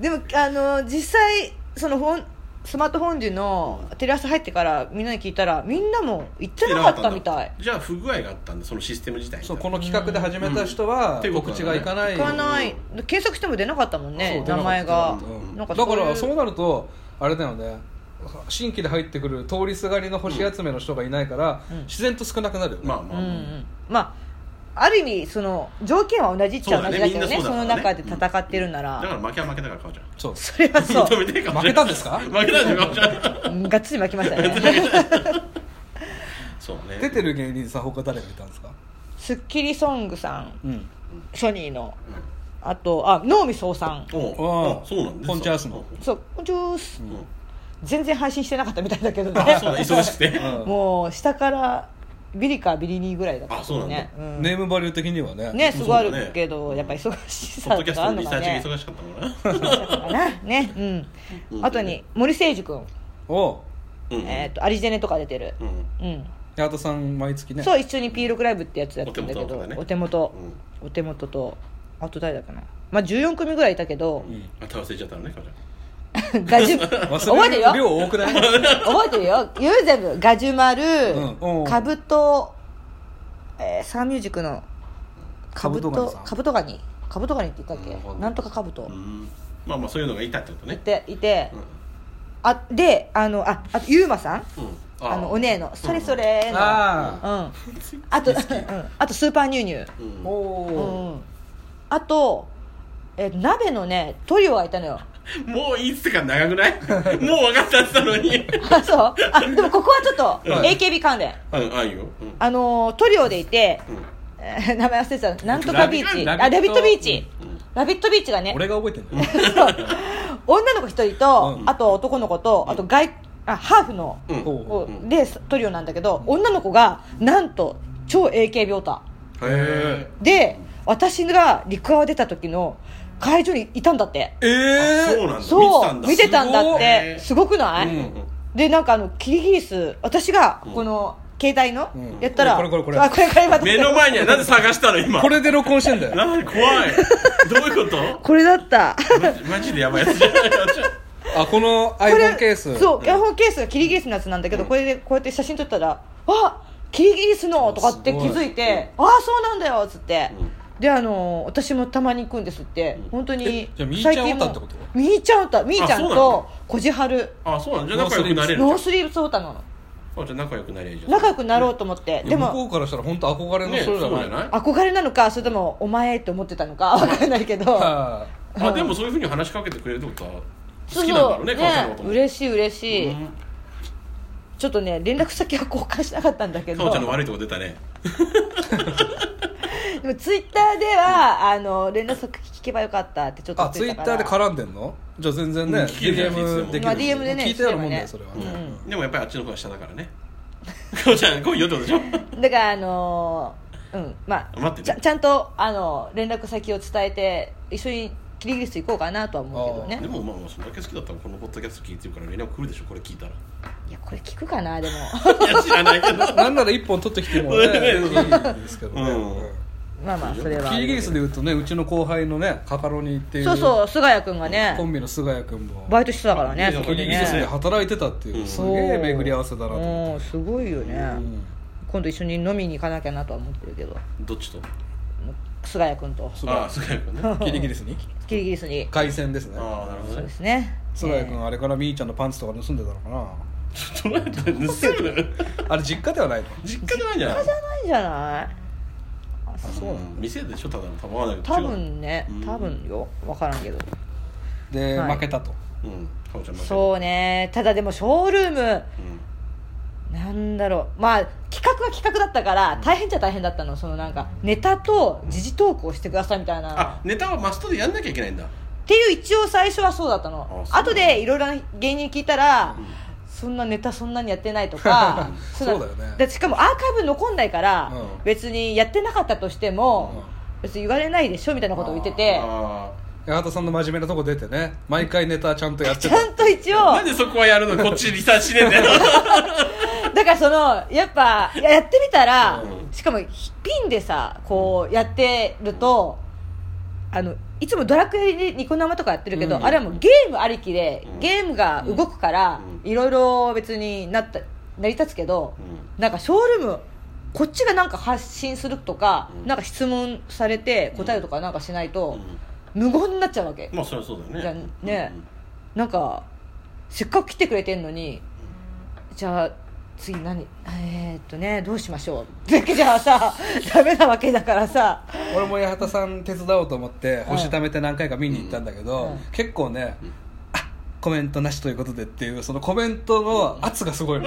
Speaker 1: でもあの実際その本スマートフォン時のテレ朝入ってからみんなに聞いたらみんなも行ってなかったみたい
Speaker 3: じゃあ不具合があったんだそのシステム自体 に
Speaker 2: そうこの企画で始めた人は
Speaker 3: うん
Speaker 2: 告知がいかない
Speaker 1: 行かない検索しても出なかったもんね
Speaker 2: そう
Speaker 1: 名前が
Speaker 2: うん
Speaker 1: なん
Speaker 2: だ
Speaker 1: か
Speaker 2: か
Speaker 1: そういう
Speaker 2: らそうなるとあれだよね新規で入ってくる通りすがりの星集めの人がいないから、自然と少なくなるよね、
Speaker 3: まあま
Speaker 1: う
Speaker 3: あ
Speaker 1: んう
Speaker 3: まあ
Speaker 1: んまあある意味その条件は同じっちゃ同じだけどね
Speaker 3: そうだねみ
Speaker 1: そ
Speaker 3: んなそうだか
Speaker 1: の
Speaker 3: らね
Speaker 1: 中で戦ってるな
Speaker 3: だからら負けは負けだからかおちゃん
Speaker 2: そう
Speaker 1: それはそう
Speaker 3: 認めてえかもしれな
Speaker 2: 負けた
Speaker 3: い
Speaker 2: んですか
Speaker 3: 負けたんですかおちゃん
Speaker 1: うんがっつり巻きましたね
Speaker 3: そうね
Speaker 2: 出てる芸人さん他誰がいたんですか、
Speaker 1: スッキリソングさん
Speaker 2: うん、
Speaker 1: ソニーのあとあ能見総さん
Speaker 3: お
Speaker 2: あ
Speaker 3: う
Speaker 2: あ
Speaker 3: そうなんです
Speaker 2: ポンチャースの
Speaker 1: そうこんちゅーす
Speaker 3: うんうん
Speaker 1: 全然配信してなかったみたいだけどね
Speaker 3: あそうだ忙し くて
Speaker 1: もう下からビリかビリニーぐらいだったもね
Speaker 3: あ
Speaker 1: う
Speaker 2: ネームバリュー的にはね
Speaker 1: んねすごいあ
Speaker 3: そうだね
Speaker 1: るけど、やっぱ忙し
Speaker 3: ポッ
Speaker 1: さ
Speaker 3: ドキャス
Speaker 1: があ
Speaker 3: ト
Speaker 1: るの
Speaker 3: のリサ
Speaker 1: か
Speaker 3: ーチ
Speaker 1: ね
Speaker 3: が忙しかったの
Speaker 1: そ
Speaker 3: か
Speaker 1: うだからねう
Speaker 3: うんん
Speaker 1: あとに森誠司君、
Speaker 2: お
Speaker 3: なうん
Speaker 1: えー、とアリジェネとか出てる
Speaker 3: う、ん
Speaker 1: うん
Speaker 2: 八幡さん毎月ね
Speaker 1: そう一緒にピーロクライブってやつやってんだけ
Speaker 3: お手元と
Speaker 1: ど
Speaker 3: かね
Speaker 1: お手元お手元とあと誰だかなまあ14組ぐらいいたけど、
Speaker 3: あ倒せちゃったのねかおちゃん
Speaker 1: ガジュ覚え
Speaker 2: 忘
Speaker 1: てる
Speaker 2: れる
Speaker 1: よ
Speaker 2: 量多くない
Speaker 1: 覚えてるよ言う全部ガジュマル、
Speaker 2: うん
Speaker 1: カブト、えーサンミュージックのカブ
Speaker 2: カブトガニ
Speaker 1: ト
Speaker 2: さん
Speaker 1: カブトガニカブトガニって言ったっ
Speaker 3: うんわか
Speaker 1: け
Speaker 3: んない
Speaker 1: なんとかカブト
Speaker 3: うんまあまあそういうのがいたってことね
Speaker 1: でいて
Speaker 3: うん
Speaker 1: あであのああとユーマさん
Speaker 3: うん
Speaker 1: あのお
Speaker 3: ね
Speaker 1: 姉のそれそれの
Speaker 2: ああ
Speaker 1: うんあと、うん、あとスーパーニューニュー、
Speaker 3: うん
Speaker 2: おお
Speaker 1: うん、あと、えー鍋のねトリオがいたのよ
Speaker 3: もういいっすか長く ないもう分かったって言ったのに
Speaker 1: あ そうあでもここはちょっと
Speaker 2: うん
Speaker 1: AKB 関連
Speaker 3: うんあいいようん
Speaker 1: あのートリオでいて、
Speaker 3: うん
Speaker 1: えー名前忘れてたなんとかビーチ
Speaker 2: ラビ
Speaker 1: あラビットビー
Speaker 2: ラビッ
Speaker 1: チ
Speaker 2: ト、
Speaker 3: うん
Speaker 1: ラビットビーチがね
Speaker 2: 俺が覚えてる
Speaker 1: 女の子一人と、
Speaker 2: うん
Speaker 1: あと男の子とあと外あハーフの
Speaker 3: うん
Speaker 2: お
Speaker 1: こ
Speaker 2: お
Speaker 1: う
Speaker 3: うん
Speaker 1: でトリオなんだけど女の子がなんと超 AKB オタ
Speaker 3: へ
Speaker 1: で私が陸川出た時の会場にいたんだって
Speaker 2: え
Speaker 3: え
Speaker 2: え
Speaker 3: そうなんだ
Speaker 1: そう見
Speaker 3: 見
Speaker 1: て
Speaker 3: てたん
Speaker 1: た
Speaker 3: だ
Speaker 1: んだってす
Speaker 3: す
Speaker 1: ごくない、
Speaker 3: うん
Speaker 1: でなんかあのキリギリス私が
Speaker 3: ん
Speaker 1: この携帯の、
Speaker 2: うん
Speaker 1: やったら
Speaker 2: これこれこれ
Speaker 1: あこれこれまた
Speaker 3: 目の前にはなんで探したの今
Speaker 2: これで録音してんだよ
Speaker 3: なんで怖 いどういうこと
Speaker 1: これだった
Speaker 3: マジマジでやばいやつじゃない
Speaker 2: あこの
Speaker 1: これ
Speaker 2: iPhone ケース
Speaker 1: そうイヤホンケースがキリギリスのやつなんだけど、これでこうやって写真撮ったら「あキリギリスの!」とかって
Speaker 2: す
Speaker 1: 気
Speaker 2: ごい
Speaker 1: づいて「ああそうなんだよ」っつって、であのー私もたまに行くんですって、本当に
Speaker 2: えじゃあみーちゃん
Speaker 1: も
Speaker 2: オタってこと
Speaker 1: みーちゃんオタみーちゃん
Speaker 3: あそうなの
Speaker 1: とこじはる
Speaker 3: あそうなんじゃあ仲良くなれる
Speaker 1: ノー
Speaker 3: じ
Speaker 1: スリーブオタなの
Speaker 3: ゃんあじゃあ仲良くなれるじゃん
Speaker 1: 仲良くなろうと思って、
Speaker 2: い
Speaker 1: で
Speaker 2: や向こ
Speaker 1: も
Speaker 2: うからしたら本当憧れの
Speaker 3: ね
Speaker 2: 人
Speaker 3: そうじ
Speaker 2: じゃ
Speaker 3: ゃ
Speaker 2: ない
Speaker 3: ない
Speaker 1: 憧れなのかそれとも「お前」って思ってたのかわからないけど
Speaker 2: は
Speaker 3: あでもそういうふうに話しかけてくれるってことは好
Speaker 1: そう
Speaker 3: きなんだ
Speaker 1: そ
Speaker 3: ろ
Speaker 1: う
Speaker 3: うね彼女のことも
Speaker 1: 嬉しい嬉しい、
Speaker 3: うん
Speaker 1: ちょっとね連絡先は交換しなかったんだけ
Speaker 3: か
Speaker 1: ど
Speaker 3: おちゃんの悪いとこ出たね
Speaker 1: でもツイッターではあの連絡先聞けばよかったってちょっと
Speaker 2: あツイ
Speaker 1: た
Speaker 2: ッ
Speaker 1: か
Speaker 2: タ
Speaker 1: ら
Speaker 2: ーで絡んでんのじゃあ全然ね、
Speaker 3: うん聞けるよ
Speaker 2: DM できる
Speaker 1: まあ DM でね
Speaker 2: 聞いたようなもんだよ
Speaker 1: 聞
Speaker 2: そ
Speaker 1: け
Speaker 2: れは、
Speaker 3: うんでもやっぱりあっちの方が下だからねかおちゃん来いよってことでしょ
Speaker 1: だからあのーうんまあ
Speaker 3: 待ってて
Speaker 1: ちゃちゃんとあの連絡先を伝えて一緒にキリギリス行こうかなとは思うけどね
Speaker 3: でもまあまあそんだけ好きだったらこのポッドキャスト聞いてるから連絡来るでしょこれ聞いたら
Speaker 1: いやこれ聞くか なでも
Speaker 3: いや知らないけど
Speaker 2: なんなら一本取ってきても ね
Speaker 3: ね
Speaker 2: いいですけどね、
Speaker 3: うん
Speaker 2: うん
Speaker 1: まあまあそれは
Speaker 2: キリギリスでいうとねうちの後輩のねカカロニっていう
Speaker 1: そうそう菅谷君がね
Speaker 2: コンビの菅谷君も
Speaker 1: バイトしてたからね
Speaker 3: いいじゃ
Speaker 1: そ
Speaker 3: ん
Speaker 1: こ
Speaker 2: キ
Speaker 1: で
Speaker 2: リギリスで
Speaker 1: ね
Speaker 2: 働いてたっていう、
Speaker 3: うん
Speaker 2: すげえ巡り合わせだなと思って
Speaker 1: うんすごいよね、
Speaker 2: うん
Speaker 1: 今度一緒に飲みに行かなきゃなとは思ってるけど
Speaker 3: どっちと
Speaker 1: 菅谷君と
Speaker 2: 菅
Speaker 3: ああ
Speaker 2: 谷
Speaker 3: そうかね
Speaker 2: キリ ギリスに
Speaker 1: キリギリスに
Speaker 2: 凱旋ですね
Speaker 3: ああなるほ
Speaker 1: そ
Speaker 3: ど
Speaker 1: うで
Speaker 3: ね
Speaker 1: すね
Speaker 2: 菅谷君あれからみーちゃんのパンツとか盗んでたのかな
Speaker 3: どうやって盗むの
Speaker 2: あれ実家ではないの
Speaker 3: 実家じゃないんじゃない
Speaker 1: ないんじゃないあ
Speaker 2: そうなんだ
Speaker 3: 店でしょただのたまわないけど
Speaker 1: 多分ね
Speaker 3: うん
Speaker 1: 多分よ分からんけど
Speaker 2: で、
Speaker 1: はい
Speaker 2: 負けたと
Speaker 3: うんかおちゃん負けた
Speaker 1: そうねただでもショールーム
Speaker 3: うん
Speaker 1: なんだろうまあ企画は企画だったから大変っちゃ大変だったのそのなんかネタと時事トークをしてくださいみたいな
Speaker 3: あネタはマストでやんなきゃいけないんだ
Speaker 1: っていう一応最初はそうだったの
Speaker 3: あそう
Speaker 1: 後でいろいろな芸人に聞いたら、そんなネタそんなにやってないとかんな
Speaker 2: そうだよね
Speaker 1: だしかもアーカイブ残んないから、
Speaker 2: うん
Speaker 1: 別にやってなかったとしても、別に言われないでしょみたいなことを言ってて
Speaker 3: あ
Speaker 2: 八幡さんの真面目なとこ出てね毎回ネタちゃんとやって
Speaker 1: ち
Speaker 2: た
Speaker 1: ゃんと一応
Speaker 3: あなんでそこはやるのこっちリサーチしねえんだよ
Speaker 1: だからそのやっぱややってみたら、
Speaker 3: う
Speaker 1: しかもひピンでさこうやってると、あのいつもドラクエでニコ生とかやってるけど、
Speaker 2: うん
Speaker 1: あれはもうゲームありきで、
Speaker 3: うん
Speaker 1: ゲームが動くから、
Speaker 3: う
Speaker 1: いろいろ別になった成り立つけど、
Speaker 3: う
Speaker 1: なんかショールームこっちがなんか発信するとか、
Speaker 3: うん
Speaker 1: なんか質問されて答えるとかなんかしないと、無言になっちゃうわけ、
Speaker 3: まあそりゃそうだ
Speaker 1: じゃ
Speaker 3: よ
Speaker 1: あ
Speaker 3: ね
Speaker 1: ねなんかせっかく来てくれてんのにじゃあ次何えー、っとねどうしましょう だけじゃあさダメなわけだからさ
Speaker 2: 俺も八幡さん手伝おうと思って星ためて何回か見に行ったんだけど、
Speaker 1: うん
Speaker 2: 結構ね、
Speaker 3: ん
Speaker 2: あコメントなしということでっていうそのコメントの圧がすごい の、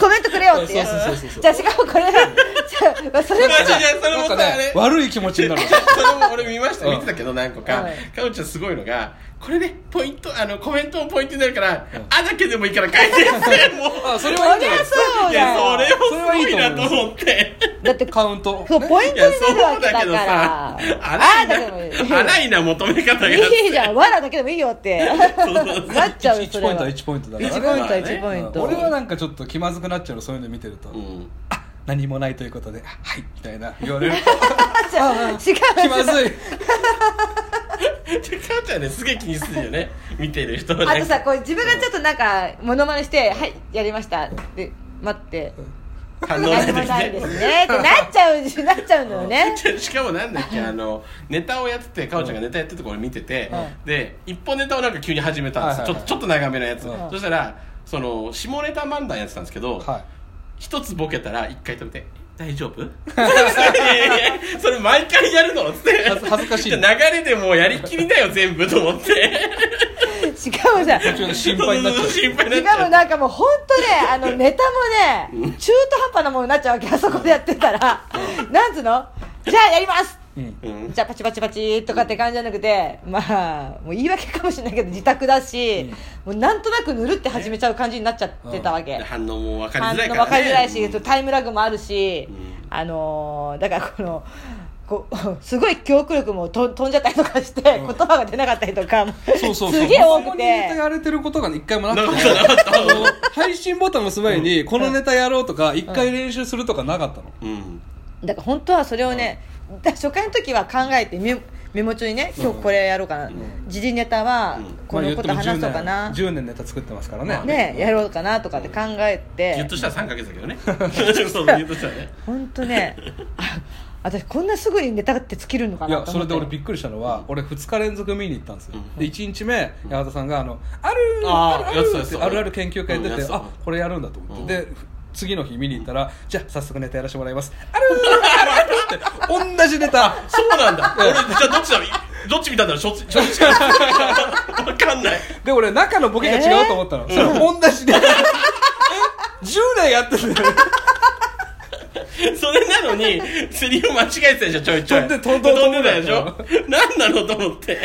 Speaker 1: コメントくれよっていう
Speaker 2: そうそうそうそう
Speaker 1: じゃあしかもこれじゃあまあそれも
Speaker 3: じゃあじゃあそれ
Speaker 2: な
Speaker 3: も
Speaker 2: ん
Speaker 3: さ
Speaker 2: か
Speaker 3: あ
Speaker 2: ね
Speaker 3: れ
Speaker 2: 悪い気持ちに なる
Speaker 3: それも俺見ました
Speaker 2: うん
Speaker 3: 見てたけど何個か
Speaker 1: はい
Speaker 3: かおちゃんすごいのがこれねポイントあのコメントもポイントになるから「あ」だけでもいいから書いて ってもう
Speaker 2: あそれはいいんじゃないですか
Speaker 1: そう
Speaker 3: い
Speaker 1: だ
Speaker 3: やそ
Speaker 1: よ
Speaker 3: れもすごいなと思って
Speaker 1: だって
Speaker 2: カウント、
Speaker 1: そう
Speaker 2: ね
Speaker 1: ポイン
Speaker 3: い
Speaker 1: ト
Speaker 3: や
Speaker 1: に
Speaker 3: そ
Speaker 1: な
Speaker 3: う
Speaker 1: るわけだ
Speaker 3: だ
Speaker 1: か
Speaker 3: けど
Speaker 1: ら
Speaker 3: さ
Speaker 1: あ
Speaker 3: 荒
Speaker 1: ー
Speaker 3: い
Speaker 1: だけ
Speaker 3: な
Speaker 1: ど
Speaker 3: 荒いな求め方が
Speaker 1: いいじゃんわらだけでもいいよってなっちゃうよそれ
Speaker 2: 1ポイ
Speaker 1: は
Speaker 2: ントは1
Speaker 1: 1
Speaker 2: ポイントだ
Speaker 1: ポイ
Speaker 2: か
Speaker 1: ン
Speaker 2: ら
Speaker 1: ト
Speaker 2: ね
Speaker 3: は
Speaker 1: 1ポイン
Speaker 2: うん
Speaker 1: ト
Speaker 2: 俺はなんかちょっと気まずくなっちゃうのそういうの見てると、
Speaker 3: うん
Speaker 2: 何もないということで「あはい」みたいな言わ れる
Speaker 1: 違う 違
Speaker 2: 気
Speaker 1: う
Speaker 2: まずい
Speaker 3: でかおちゃんねすげえ気にするよね見てる人は
Speaker 1: あ
Speaker 3: ね
Speaker 1: とさこう自分がちょっとなんかモノマネして「はいやりました」って待って
Speaker 3: 反応ない
Speaker 1: 何も
Speaker 3: 時
Speaker 1: ないです
Speaker 3: ね
Speaker 1: ねってなっちゃうしなっちゃうのよ ね
Speaker 3: しかもなんだっけあのネタをやっててかおちゃんがネタやっててこれ見てて、で一本ネタをなんか急に始めたんですよ、
Speaker 2: はいはいはい
Speaker 3: ちょっとちょっと長めのやつ、
Speaker 2: うん
Speaker 3: そしたらその下ネタ漫談やってたんですけど、
Speaker 2: は
Speaker 3: 一つボケたら一回止めて「大丈 夫? 」いやいやいやそれ毎回やるの?」っつって
Speaker 2: 恥ず恥ずかしい
Speaker 3: 流れでもうやりきりだよ全部と思って
Speaker 1: しかもさ
Speaker 2: いちょっと 心配になっちゃう
Speaker 3: 心配にな
Speaker 1: し
Speaker 3: っちゃ
Speaker 1: か
Speaker 3: う
Speaker 1: もなんかもう本当ねあのネタもね中途半端なものになっちゃうわけあそこでやってたらなんつうのじゃあやります
Speaker 2: うん
Speaker 3: うん
Speaker 1: じゃあパチパチパチとかって感じじゃなくてまあもう言い訳かもしれないけど自宅だしもうなんとなくぬるって始めちゃう感じになっちゃってたわけ
Speaker 3: で反応も分かり
Speaker 1: あ
Speaker 3: づらい
Speaker 1: の
Speaker 3: から、
Speaker 1: 分
Speaker 3: ね、
Speaker 1: かりづらいし、タイムラグもあるし、
Speaker 3: うん
Speaker 1: あのーだからこのこ うすごい記憶力もと飛んじゃったりとかして、言葉が出なかったりとかも
Speaker 2: そうそうそう
Speaker 1: すげえ多
Speaker 2: ここ
Speaker 1: く
Speaker 2: にネ
Speaker 1: て
Speaker 2: タやれてることが一回もなく て
Speaker 3: なかった なかった
Speaker 2: 配信ボタンを押す前にこのネタやろうとか一回練習するとかなかったの
Speaker 3: うん
Speaker 1: だから本当はそれをね、だ初回の時は考えてメモメモ帳にね今日これやろうかな、時事ネタは
Speaker 3: うん
Speaker 1: このこと話そうかな、
Speaker 2: まあ言っても10年10年ネタ作ってますからね
Speaker 1: ねやろうかなとかって考え
Speaker 3: ぎゅ
Speaker 1: て
Speaker 3: っとしたら3ヶ月だけ どねそうぎゅっとしたらね
Speaker 1: 本当ねあ私こんなすぐにネタって尽きるのか
Speaker 2: い
Speaker 1: な
Speaker 2: や
Speaker 1: と
Speaker 2: そ
Speaker 1: 思っ
Speaker 2: れ
Speaker 1: て
Speaker 2: で俺びっくりしたのは俺2日連続見に行ったんですよ
Speaker 3: うん
Speaker 2: で1日目八幡さんがあの「ある
Speaker 3: あー
Speaker 2: ある
Speaker 3: や
Speaker 2: ある
Speaker 3: つそうや
Speaker 2: っ
Speaker 3: つ
Speaker 2: て
Speaker 3: そう
Speaker 2: あるある研究会出
Speaker 3: うんや
Speaker 2: て
Speaker 3: つそう
Speaker 2: あこれやるんだと思
Speaker 3: う
Speaker 2: っ
Speaker 3: ん
Speaker 2: てで次の日見に行ったらじゃあ早速ネタやらせてもらいますあるあるあるって同じネタ
Speaker 3: そうなんだ俺じゃあどっちだどっち見たんだろうしょっちどっちかわかんない
Speaker 2: で俺中のボケが違うと思ったの、それ同じでえ10年やってる
Speaker 3: それなのにセリフ間違えてたでしょちょいちょい
Speaker 2: 飛んで飛んで
Speaker 3: 飛んでたでしょ何なのと思って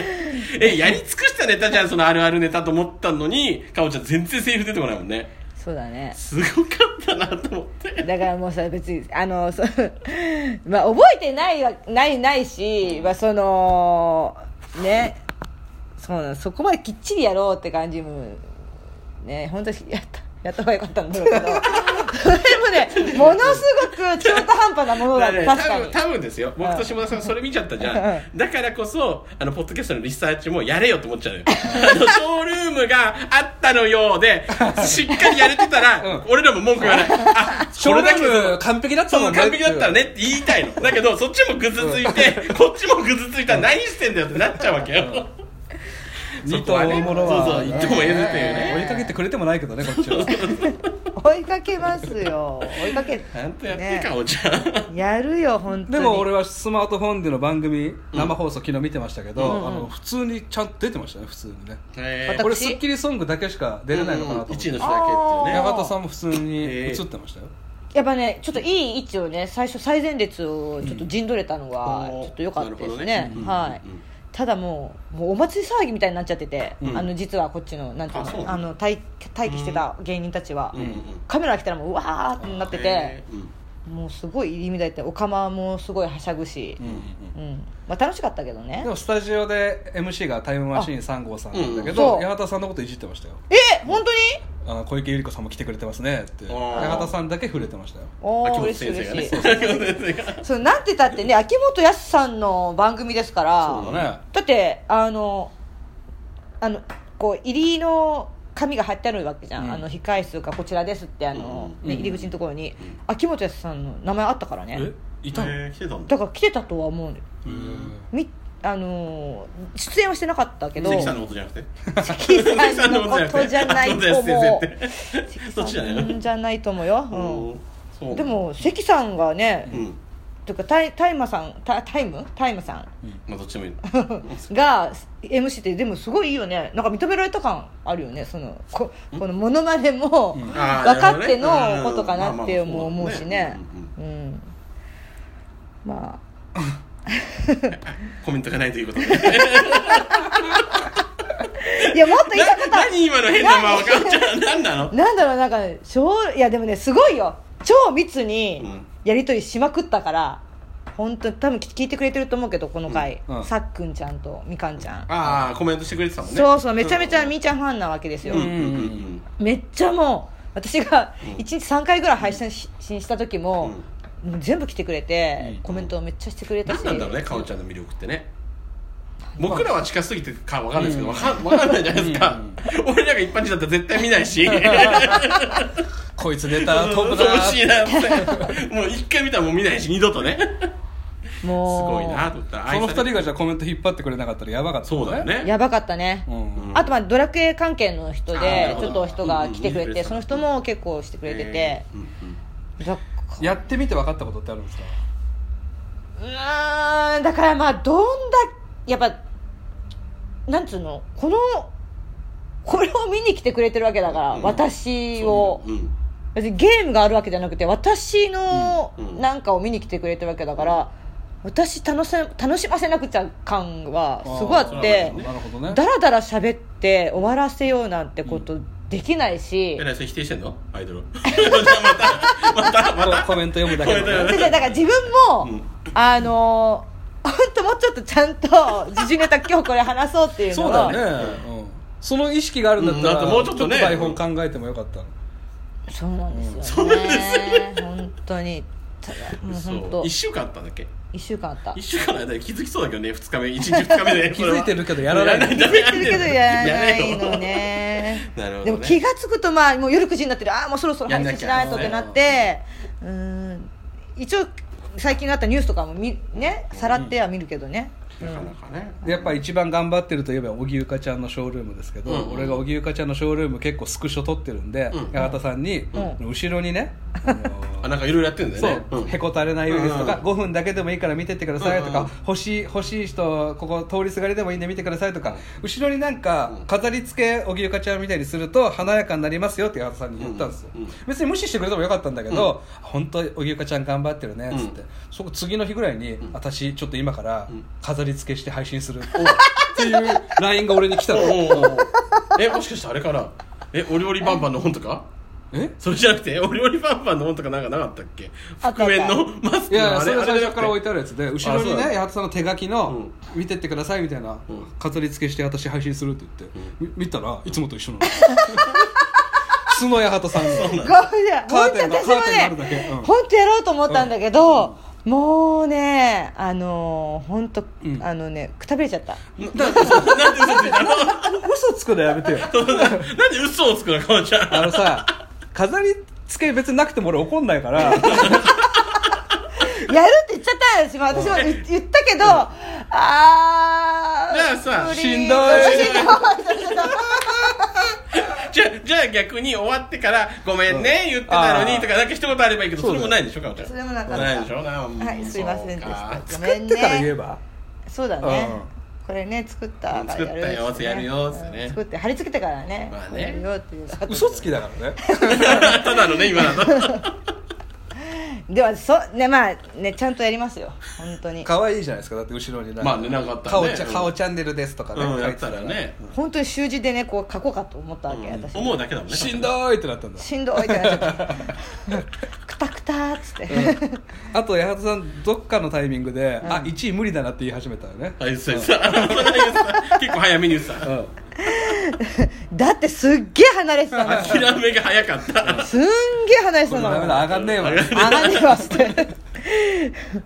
Speaker 3: えやり尽くしたネタじゃんそのあるあるネタと思ったのにかおちゃん全然セリフ出てこないもんね
Speaker 1: そうだね
Speaker 3: すごかったなと思って
Speaker 1: だからもうさ別にあのそう まあ覚えてないわないないし、まあ、そのねそうなのそこまできっちりやろうって感じもね本当にやったやった方がよかったんだろうけどそれもねものすごく中途半端なものだ
Speaker 3: だ
Speaker 1: っ
Speaker 3: から
Speaker 1: た確か
Speaker 3: ね多
Speaker 1: に
Speaker 3: 分多分ですよ僕と下田さんそれ見ちゃったじゃんだからこそあのポッドキャストのリサーチもやれよと思っちゃ うよあのショールームがあったのよう でしっかりやれてたら、俺らも文句言わないあ
Speaker 2: ショ
Speaker 3: こ
Speaker 2: ー
Speaker 3: れ
Speaker 2: ル
Speaker 3: だけ
Speaker 2: ーム完璧だった
Speaker 3: そ
Speaker 2: も
Speaker 3: うん
Speaker 2: ね
Speaker 3: 完璧だったらねって言いたいのだけどそっちもぐずついてこっちもぐずついたら何してんだよってなっちゃうわけよ
Speaker 2: 二頭大物は
Speaker 3: そうそう一頭も得ずっていうね
Speaker 2: 追いかけてくれてもないけどねこっちは
Speaker 1: 追いかけますよ追いかけ
Speaker 3: ちゃんとやってかおちゃん
Speaker 1: やるよ本当に
Speaker 2: でも俺はスマートフォンでの番組生放送昨日見てましたけど、あの普通にちゃんと出てましたね普通にね
Speaker 3: え
Speaker 1: 私
Speaker 2: これ『スッキリ』ソングだけしか出れないのかなと思って
Speaker 3: 1位の人だけっていうね
Speaker 1: あー
Speaker 2: 八幡さんも普通に映ってましたよ、
Speaker 1: やっぱねちょっといい位置をね最初最前列をちょっと陣取れたのが
Speaker 3: うん
Speaker 1: ちょっと良かったで
Speaker 3: お
Speaker 1: す
Speaker 3: ー
Speaker 1: ね
Speaker 3: なるほどね
Speaker 1: はい、
Speaker 3: うんうんうん
Speaker 1: ただもうもうお祭り騒ぎみたいになっちゃってて、
Speaker 3: うん
Speaker 1: あの実はこっちのなんていう
Speaker 3: あそう
Speaker 1: の
Speaker 3: な
Speaker 1: あ
Speaker 3: ん
Speaker 1: の待待機してた芸人たちは、
Speaker 3: うんうんうん
Speaker 1: カメラ来たらもううわーってなってて
Speaker 3: え、ーうん
Speaker 1: もうすごい入り乱れてお釜もすごいはしゃぐし、
Speaker 3: うんうん
Speaker 1: うんまあ、楽しかったけどね
Speaker 2: でもスタジオで MC がタイムマシーン3号さんなんだけ
Speaker 1: あ
Speaker 2: ど、
Speaker 1: うん
Speaker 2: 八幡さんのこといじってましたよ
Speaker 1: え本当に
Speaker 2: あ小池百合子さんも来てくれてますねって
Speaker 3: あー
Speaker 2: 八幡さんだけ触れてましたよ
Speaker 1: おー
Speaker 3: 秋元
Speaker 1: 嬉しい
Speaker 3: 先生が
Speaker 1: 嬉
Speaker 3: ね
Speaker 1: しい
Speaker 3: 秋元先生が
Speaker 1: そうなんて言ったってね秋元康さんの番組ですから
Speaker 2: そうだね
Speaker 1: だってあのあのこう入りの紙が貼ってあるわけじゃん、
Speaker 2: うん
Speaker 1: あの控室がこちらですってあの、
Speaker 2: うん
Speaker 1: ね、入り口のところに、秋元康さんの名前あったからね
Speaker 2: えいたの、
Speaker 3: えー来てたんだ
Speaker 1: だから来てたとは思うのよ
Speaker 2: うん
Speaker 1: みあのー出演はしてなかったけど
Speaker 3: 関さんのことじゃなくて
Speaker 1: 関
Speaker 3: 関さんの
Speaker 1: ことじゃないと思う
Speaker 3: 秋元康先生ってそっちじゃない
Speaker 1: 関さんじゃないと思う
Speaker 3: うん
Speaker 1: よ、
Speaker 3: そ
Speaker 1: うん、
Speaker 3: う
Speaker 1: でも関さんがね、
Speaker 3: うん
Speaker 1: というかタイタイマさんタタイムタイムさん
Speaker 3: まあどっちで もいい
Speaker 1: が MC ってでもすごいいいよねなんか認められた感あるよねそのここのモノマネも分
Speaker 3: あー
Speaker 1: かっての
Speaker 3: なるほ
Speaker 1: こ
Speaker 3: どね
Speaker 1: とかなって
Speaker 3: うんまあま
Speaker 1: も
Speaker 3: あ
Speaker 1: 思うしねうんま
Speaker 3: コメントがないということで
Speaker 1: あいやもっと言いたかっ
Speaker 3: な何今の変な間をかおちゃん何なの
Speaker 1: たなんだろうなんかねしょういやでもねすごいよ超密
Speaker 3: う
Speaker 1: に
Speaker 3: ん
Speaker 1: やり取りしまくったから本当に多分聞いてくれてると思うけどこの回、
Speaker 2: うんうん
Speaker 1: さっくんちゃんとみかんちゃん
Speaker 3: ああコメントしてくれてたもんね
Speaker 1: そうそうめちゃめちゃみーちゃんファンなわけですよ、
Speaker 3: うんうんうん
Speaker 1: めっちゃもう私が1日3回ぐらい配信しした時も、もう全部来てくれて、コメントをめっちゃしてくれたし
Speaker 3: 何なんだろうねかおちゃんの魅力ってね僕らは近すぎてかわかんないですけどわかんわかんないじゃないですか俺らが一般人だったら絶対見ないし
Speaker 2: こいつネタ
Speaker 3: そう
Speaker 2: 飛 ぶな
Speaker 3: 欲し
Speaker 2: ー
Speaker 3: い なってもう一回見たらもう見ないし二度とねす
Speaker 1: も
Speaker 3: ご
Speaker 1: う
Speaker 3: いなと思ったら
Speaker 2: その二人が
Speaker 3: じ
Speaker 2: じ
Speaker 3: ゃ
Speaker 2: ゃあコメント引っ張ってくれなかったらやばかった
Speaker 3: そうだよね
Speaker 1: やばかったね、
Speaker 2: うん
Speaker 1: あとまあドラクエ関係の人
Speaker 3: あーな
Speaker 1: で
Speaker 3: るほ
Speaker 1: ち
Speaker 3: ど
Speaker 1: ょっと人が来てくれ
Speaker 3: うんう
Speaker 1: て、
Speaker 3: ん
Speaker 1: その人も結構してくれてて
Speaker 3: え、ーうん
Speaker 1: だか
Speaker 2: やってみて分かったことってあるんですか
Speaker 1: うーんだからまあどんだやっぱなんつうのこのこれを見に来てくれてるわけだから、
Speaker 3: うん
Speaker 1: 私を。
Speaker 3: うんうん
Speaker 1: 別にゲームがあるわけじゃなくて私の
Speaker 3: うんうん
Speaker 1: なんかを見に来てくれてるわけだから、私楽し楽しませなくちゃ感はすごいあ
Speaker 2: ー
Speaker 1: って
Speaker 2: なるほどね
Speaker 1: だらだら喋って終わらせようなんてことできないし
Speaker 3: え、らいそれ否定してんのアイドルまたまたまた
Speaker 2: コメント読むだけ
Speaker 3: コメン
Speaker 2: で
Speaker 3: ト
Speaker 1: 先生だから自分も、
Speaker 3: うん
Speaker 1: あのー本当もうちょっとちゃんと自主ネタ今日これ話そうっていうの
Speaker 2: そ
Speaker 1: を
Speaker 2: うだよね、うんその意識があるんだったら、
Speaker 3: うんだってもうちょっとね
Speaker 2: 台本考えてもよかったの
Speaker 1: そうなんです
Speaker 3: そ
Speaker 1: よ
Speaker 3: うなん
Speaker 1: ね
Speaker 3: です
Speaker 1: 本当にただもう本
Speaker 3: そう
Speaker 1: 当
Speaker 3: 1週間あったんだっけ
Speaker 1: 1週間あった
Speaker 3: 一週間の間に気づきそうだけどね2日目1日2日目で
Speaker 2: 気づいてるけどやらない
Speaker 3: やら
Speaker 1: 気づいてるけどやらな
Speaker 3: や
Speaker 1: い
Speaker 3: ら
Speaker 1: のね
Speaker 3: なるほ
Speaker 1: で
Speaker 3: どね
Speaker 1: も気が付くとまあもう夜9時になってるああもうそろそろ配信しないとってなってうーん一応最近あったニュースとかもみねさらっては見るけどね、
Speaker 3: なかなかね
Speaker 2: でやっぱ一番頑張ってるといえば荻ゆかちゃんのショールームですけど、
Speaker 3: うん
Speaker 2: 俺が荻ゆかちゃんのショールーム結構スクショ撮ってるんで、
Speaker 3: うん
Speaker 2: 八幡さんに、
Speaker 1: う
Speaker 2: 後ろにね、あのー
Speaker 3: あなんかいろいろやってるんだ
Speaker 2: そ
Speaker 3: よね
Speaker 2: う、
Speaker 3: ん
Speaker 2: へこたれないようにですとか、
Speaker 3: うん
Speaker 2: 5分だけでもいいから見てってくださいとか、
Speaker 3: うんうん
Speaker 2: 欲しい欲しい人ここ通りすがりでもいいんで見てくださいとか後ろになんか飾り付け荻ゆかちゃんみたいにすると華やかになりますよって八幡さんに言ったんですよ、
Speaker 3: うんうん
Speaker 2: 別に無視してくれてもよかったんだけど、本当荻ゆかちゃん頑張ってるねっつって、
Speaker 3: うん
Speaker 2: そこ次の日ぐらいに、私ちょっと今から
Speaker 3: うん
Speaker 2: 飾り付けして配信するっていう LINE が俺に来たの
Speaker 3: おうおうおうえもしかしてあれからえお料理バンバンの本とか
Speaker 2: え
Speaker 3: それじゃなくてお料理バンバンの本とかなんかなかったっけ
Speaker 1: あったあった
Speaker 3: 覆面のマス
Speaker 2: い
Speaker 3: クの
Speaker 2: や
Speaker 3: あ
Speaker 2: そ
Speaker 3: れ
Speaker 2: れは最
Speaker 3: あれじゃな
Speaker 2: 初
Speaker 3: く
Speaker 2: から置い
Speaker 3: て
Speaker 2: てあるやつで後ろ
Speaker 3: そう
Speaker 2: にね
Speaker 3: だ
Speaker 2: 八幡さんの手書きの「見てってください」みたいな
Speaker 3: うん
Speaker 2: 「飾り付けして私配信する」って言ってみ見たらいつもと一緒なの 素の八幡さん
Speaker 1: ご
Speaker 2: の
Speaker 1: めんな
Speaker 2: カ
Speaker 1: さい
Speaker 2: ーテンが
Speaker 1: 本当私
Speaker 2: カーテンがあ
Speaker 1: も
Speaker 2: るだけ
Speaker 1: ね
Speaker 2: うん
Speaker 1: 本当やろうと思ったんだけどもうねあのー本当
Speaker 2: うん
Speaker 1: あのねくたびれちゃった
Speaker 3: ななんで嘘ついたの
Speaker 2: 嘘つくのやめてよ
Speaker 3: なんで嘘をつくのかおちゃん
Speaker 2: あのさ飾り付け別になくても俺怒んないから
Speaker 1: やるって言っちゃったよ私も私も言言ったけどああ
Speaker 3: じゃあさ
Speaker 2: しんどい
Speaker 1: しんど
Speaker 3: じゃあじゃあ逆に終わってから「ごめんね」言ってたのに
Speaker 2: あー
Speaker 3: とかなんか一言あればいいけど
Speaker 2: そうだよ
Speaker 3: それもないんでしょかおちゃん
Speaker 1: それもなかった
Speaker 3: ないでしょなん
Speaker 1: はいすいませんでした
Speaker 3: そうか
Speaker 1: ご
Speaker 2: 作
Speaker 1: め
Speaker 2: っ
Speaker 1: ん
Speaker 2: てから言え
Speaker 1: ね
Speaker 2: ば
Speaker 1: そうだね
Speaker 2: うん
Speaker 1: これね作ったから
Speaker 3: 作ったよ
Speaker 1: っつってね
Speaker 3: やるよっつってね
Speaker 1: うん作って貼り付けてからね
Speaker 3: まあね
Speaker 1: やるよっていう
Speaker 2: 嘘つきだからね
Speaker 3: ただの ね今だと
Speaker 1: ではそねまあねちゃんとやりますよ本当に
Speaker 2: 可愛いじゃないですかだって後ろに
Speaker 3: まあねなんかあった
Speaker 2: 顔
Speaker 3: ね
Speaker 2: ちゃん顔チャンネルです」とかね
Speaker 3: うん
Speaker 2: 書
Speaker 3: や
Speaker 2: い
Speaker 3: って
Speaker 2: た
Speaker 3: たらね
Speaker 1: 本当に習字でねこう書こうかと思ったわけ、
Speaker 3: うん
Speaker 1: 私
Speaker 3: 思うだけだもんね
Speaker 2: しんどいってなったんだ
Speaker 1: しんどいってなっちゃった くたくたーっつって、
Speaker 2: あと八幡さんどっかのタイミングで「あ1位無理だな」って言い始めたよね
Speaker 3: あ言ってた言ってたそれは言ってた結構早めに言ってた
Speaker 2: うん
Speaker 1: だってすっげえ離れてたんだか
Speaker 3: 諦めが早かった
Speaker 1: らすんげえ離れてたんだ
Speaker 2: ダメ
Speaker 1: から
Speaker 2: だ上がんねえわ
Speaker 3: 上がん
Speaker 1: 上がんねえわっつ って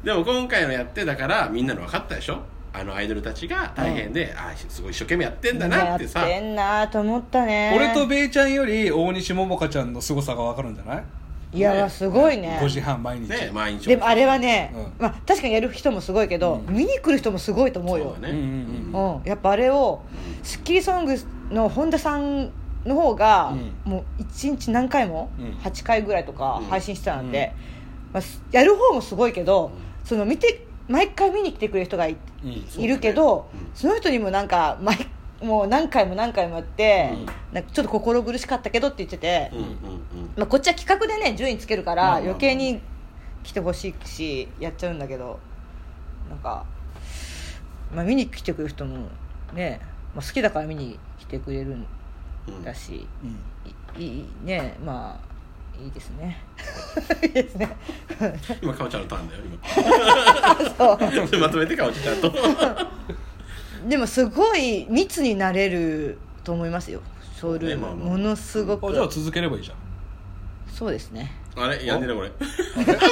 Speaker 3: でも今回のやってだからみんなの分かったでしょあのアイドルたちが大変で、ああすごい一生懸命やってんだな
Speaker 1: や
Speaker 3: っ
Speaker 1: って
Speaker 3: さ
Speaker 1: てんなーと思ったね
Speaker 2: 俺とベイちゃんより大西桃香ちゃんの凄さが分かるんじゃない
Speaker 1: いやすごいね
Speaker 2: 5時半毎日
Speaker 3: ね毎日
Speaker 1: でもあれはね、
Speaker 2: う
Speaker 1: まあ、確かにやる人もすごいけど、見に来る人もすごいと思うよ
Speaker 3: そうだね、
Speaker 2: うんうん
Speaker 1: うん、やっぱあれを「スッキリソング」の本田さんの方が、
Speaker 2: うん
Speaker 1: もう1日何回も、
Speaker 2: うん
Speaker 1: 8回ぐらいとか
Speaker 3: うん
Speaker 1: 配信してたんで、まあすやる方もすごいけど、その見て毎回見に来てくれる人がい,、
Speaker 2: うんそう
Speaker 3: だね
Speaker 1: いるけど、
Speaker 3: う
Speaker 1: その人にもなんか毎もう何回も何回もやって、
Speaker 3: うん
Speaker 1: なんかちょっと心苦しかったけどって言ってて、
Speaker 3: うんうんうん
Speaker 1: まあ、こっちは企画でね順位つけるか
Speaker 2: まあ
Speaker 1: ら
Speaker 2: まあまあ
Speaker 1: 余計に来てほしいしやっちゃうんだけどなんか、まあ、見に来てくれる人もね、まあ、好きだから見に来てくれるん
Speaker 3: うん
Speaker 1: だし、
Speaker 2: うん
Speaker 1: いいいねまあいいですね いいですね
Speaker 3: 今かおちゃんのターンだよ
Speaker 1: そう
Speaker 3: 今それまとめてかおちゃんと
Speaker 1: でもすごい密になれると思いますよショールーム、
Speaker 3: ねまあまあ
Speaker 1: ものすご
Speaker 2: あじゃあ
Speaker 1: く
Speaker 2: 続ければいいじゃん
Speaker 1: そうですね
Speaker 3: あれやんねえなこれ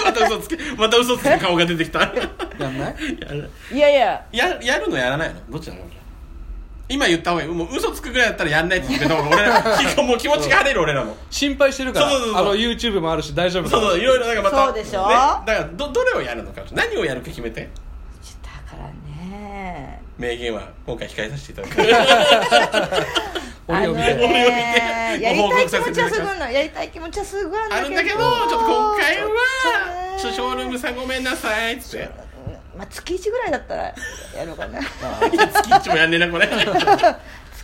Speaker 3: また嘘つけまた嘘つけ顔が出てきたや
Speaker 2: やんない
Speaker 3: る
Speaker 1: いやいや
Speaker 3: ややるのやらないのどっちなの今言った方がいいもう嘘つくぐらいだったらやんないって言ってた方が俺らもう気持ちが晴れる俺らも
Speaker 2: 心配してるから
Speaker 3: そうそうそう
Speaker 2: あの YouTube もあるし大丈夫か
Speaker 3: そう
Speaker 2: な
Speaker 3: そういろいろなんかまた
Speaker 1: そうでしょ
Speaker 3: ね、だからどどれをやるのか何をやるか決めて
Speaker 1: ちょっとだからね
Speaker 3: 名言は今回控えさせていただく
Speaker 2: 俺を見て
Speaker 1: あのね
Speaker 3: 俺を見て
Speaker 1: やりたい気持ちはすごいのやりたい気持ちはすごいん
Speaker 3: あ
Speaker 1: だ
Speaker 3: る
Speaker 1: けど
Speaker 3: んだけどちょっと今回は
Speaker 1: ち
Speaker 3: ち
Speaker 1: ょ
Speaker 3: ょ
Speaker 1: っと
Speaker 3: っとショールームさんごめんなさいっつってい
Speaker 1: まあ、月1ぐらいだったらやろう かな
Speaker 3: や月一もやんねえなこれ
Speaker 1: 月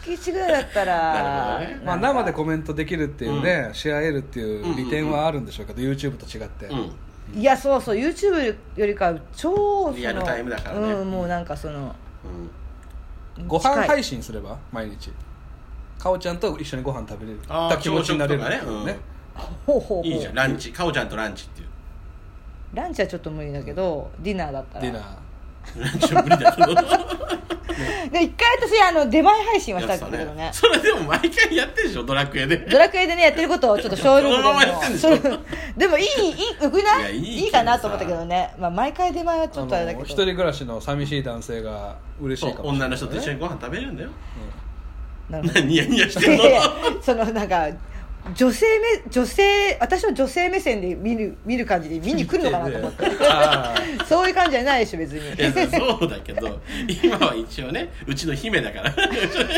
Speaker 1: 1ぐらいだったら
Speaker 3: なるほどね
Speaker 2: まあ、生でコメントできるっていうね、シェア得るっていう利点はあるんでしょうけど、YouTube と違って、
Speaker 3: うん
Speaker 1: いやそうそう YouTube よりかは超その
Speaker 3: リアルタイムだからね
Speaker 1: うん、もうなんかその
Speaker 3: うん
Speaker 2: ご飯
Speaker 1: 近い
Speaker 2: 配信すれば毎日かおちゃんと一緒にご飯食べれる
Speaker 3: あー
Speaker 2: だ気持ちになれるってい
Speaker 3: 朝食と
Speaker 2: う
Speaker 3: かね
Speaker 2: ね
Speaker 3: うん
Speaker 1: ほうほうほう
Speaker 3: いいじゃんランチかおちゃんとランチっていう
Speaker 1: ランチはちょっと無理だけどディナーだったら
Speaker 2: ディナー
Speaker 3: ランチは無理だけど
Speaker 1: で一回私あの出前配信はし
Speaker 3: や
Speaker 1: た
Speaker 3: ってた
Speaker 1: んだけどね
Speaker 3: ねそれでも毎回やってるでしょドラクエで
Speaker 1: ドラクエでねやってることをちょっとショールームで
Speaker 3: そのままやってん
Speaker 1: も
Speaker 3: でし
Speaker 1: そ
Speaker 3: ょ
Speaker 1: れでもいいいいよくない
Speaker 3: いやいいけどさ
Speaker 1: いかなと思ったけどね、まあ、毎回出前はちょっとあれだ
Speaker 2: あ
Speaker 1: け
Speaker 2: の
Speaker 1: ど
Speaker 2: 一人暮らしの寂しい男性が嬉し
Speaker 3: そ
Speaker 2: いか
Speaker 3: う
Speaker 2: もしれな
Speaker 3: 女
Speaker 2: い、
Speaker 3: の人と一緒にご飯食べれるんだよ
Speaker 1: なるほど
Speaker 3: 何ニヤニヤしてん
Speaker 1: い
Speaker 3: の
Speaker 1: やいやそのなんか女性め女性私は女性目線で見る見る感じで見に来るのかなと思って
Speaker 3: あー
Speaker 1: そういう感じじゃないでしょ別に
Speaker 3: いやそうだけど今は一応ねうちの姫だから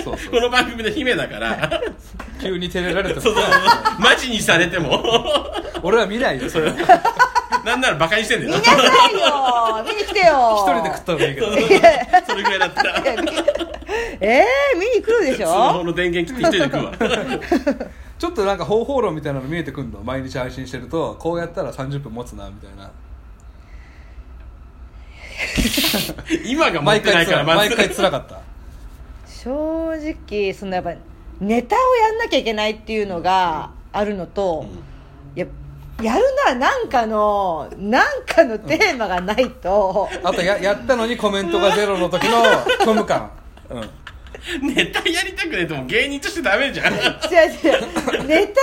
Speaker 2: そうそう
Speaker 3: この番組の姫だから
Speaker 2: 急に照れられて
Speaker 3: そう
Speaker 2: も
Speaker 3: そうマジにされても
Speaker 2: 俺は見ないよそれは
Speaker 3: なんならバカにしてんだ
Speaker 1: 見
Speaker 3: よ
Speaker 1: なさいよ見に来てよ
Speaker 2: 一人で食った方がいいけど
Speaker 3: それぐらいだったら
Speaker 1: えー、見に来るで
Speaker 3: ス
Speaker 1: し
Speaker 3: マホ
Speaker 1: ょ
Speaker 3: の電源切って一人で食うわ
Speaker 2: ちょっとなんか方法論みたいなの見えてくんの毎日配信してるとこうやったら30分持つなみたいな
Speaker 3: 今が持っ
Speaker 2: 毎
Speaker 3: てな
Speaker 2: 回
Speaker 3: い
Speaker 2: つ
Speaker 3: から
Speaker 2: ら
Speaker 3: ま
Speaker 2: 毎
Speaker 3: ず
Speaker 2: 回辛かった
Speaker 1: 正直そのやっぱネタをやんなきゃいけないっていうのがあるのと、ややるならなんかのなんかのテーマがない と、
Speaker 2: あとややったのにコメントがゼロの時の虚無感うん
Speaker 3: ネタやりたくねえともう芸人としてダメじゃん
Speaker 1: 違う違うネタやる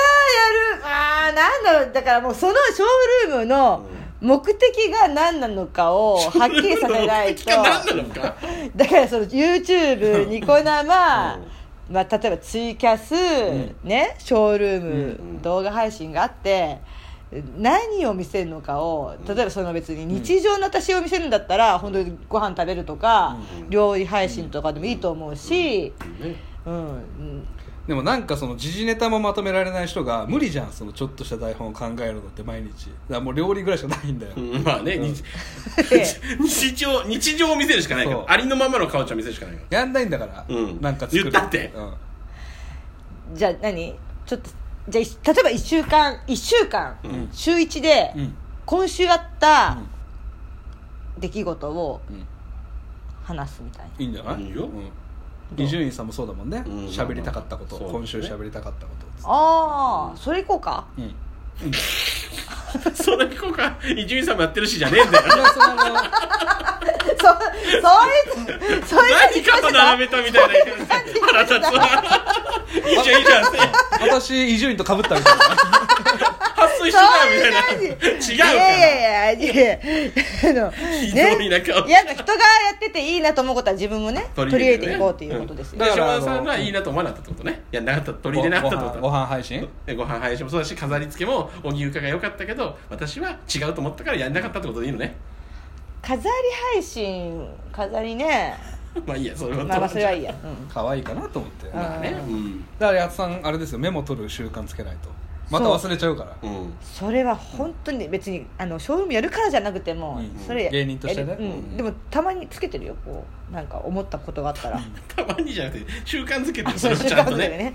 Speaker 1: あーなんだろうだからもうそのショールームの目的が何なのかをはっきりさせないと
Speaker 3: 何なのか
Speaker 1: だからその YouTube ニコ生、まあ、例えばツイキャス、ね、ショールーム、動画配信があって何を見せるのかを例えばその別に日常の私を見せるんだったら、本当にご飯食べるとか、料理配信とかでもいいと思うし、うんうん
Speaker 2: でもなんかその時事ネタもまとめられない人が無理じゃんそのちょっとした台本を考えるのって毎日だからもう料理ぐらいしかないんだよ、
Speaker 3: うん まあね日
Speaker 1: で
Speaker 3: 日常日常を見せるしかないか
Speaker 2: そう
Speaker 3: らありのままの顔ちゃん見せるしかないから
Speaker 2: やんないんだから、
Speaker 3: うん
Speaker 2: なんか作る
Speaker 3: 言ったって
Speaker 2: うん
Speaker 1: じゃあ何ちょっとじゃあ例えば1週間1週間、
Speaker 3: ん
Speaker 1: 週1で、
Speaker 2: うん
Speaker 1: 今週あった出来事を
Speaker 2: うん
Speaker 1: 話すみたいない
Speaker 2: いんじゃない
Speaker 3: いい
Speaker 2: う
Speaker 3: よ
Speaker 2: ん伊集院さんもそうだもんね
Speaker 3: うん
Speaker 2: 喋、りたかったこと、
Speaker 3: そう
Speaker 2: 今週喋りたかったこと
Speaker 1: ああそれいこうか
Speaker 2: うん、い
Speaker 3: それ効果伊集院さんもやってるしじゃねえんだよ
Speaker 2: やその
Speaker 1: そそういうそういう
Speaker 3: 何肩並べたみたいな言い方して腹立つわいいじゃんいいじゃん
Speaker 2: 私伊集院と被ったみたいな
Speaker 3: 発想一緒
Speaker 1: そういう
Speaker 3: だよみたいな違うか
Speaker 1: い
Speaker 3: ら
Speaker 1: やいやいやいやあの
Speaker 3: ひどいな顔
Speaker 1: ね、やっぱ人がやってていいなと思うことは自分もね取り入れていこうということですよ、
Speaker 3: ね
Speaker 2: だ
Speaker 3: んで
Speaker 2: から
Speaker 3: 島田さんがいいなと思わなかったってことねいやなかった取り入れなかったってこと
Speaker 2: ごご飯配信
Speaker 3: でご飯配信もそうだし飾り付けも荻生かが良かったけど私は違うと思ったからやんなかったってことでいいのね
Speaker 1: 飾り配信飾りね
Speaker 3: まあいいやそれは
Speaker 1: まあまあそれはいいや、うん
Speaker 2: 可愛いかなと思ってだ
Speaker 1: あ
Speaker 2: か
Speaker 3: まあねうん
Speaker 2: らやつさんあれですよメモ取る習慣つけないとまた忘れちゃうから
Speaker 3: うん
Speaker 1: それは本当に別にあのショールームやるからじゃなくても、
Speaker 2: うん
Speaker 1: それ
Speaker 2: 芸人としてね
Speaker 1: やるうん
Speaker 2: うん
Speaker 1: でもたまにつけてるよこうなんか思ったことがあった ら
Speaker 3: たまにじゃなくて習慣づけて
Speaker 1: そ
Speaker 3: それ
Speaker 1: れ習
Speaker 3: をちゃん
Speaker 1: 慣
Speaker 3: と
Speaker 1: づけで
Speaker 3: ね
Speaker 1: ね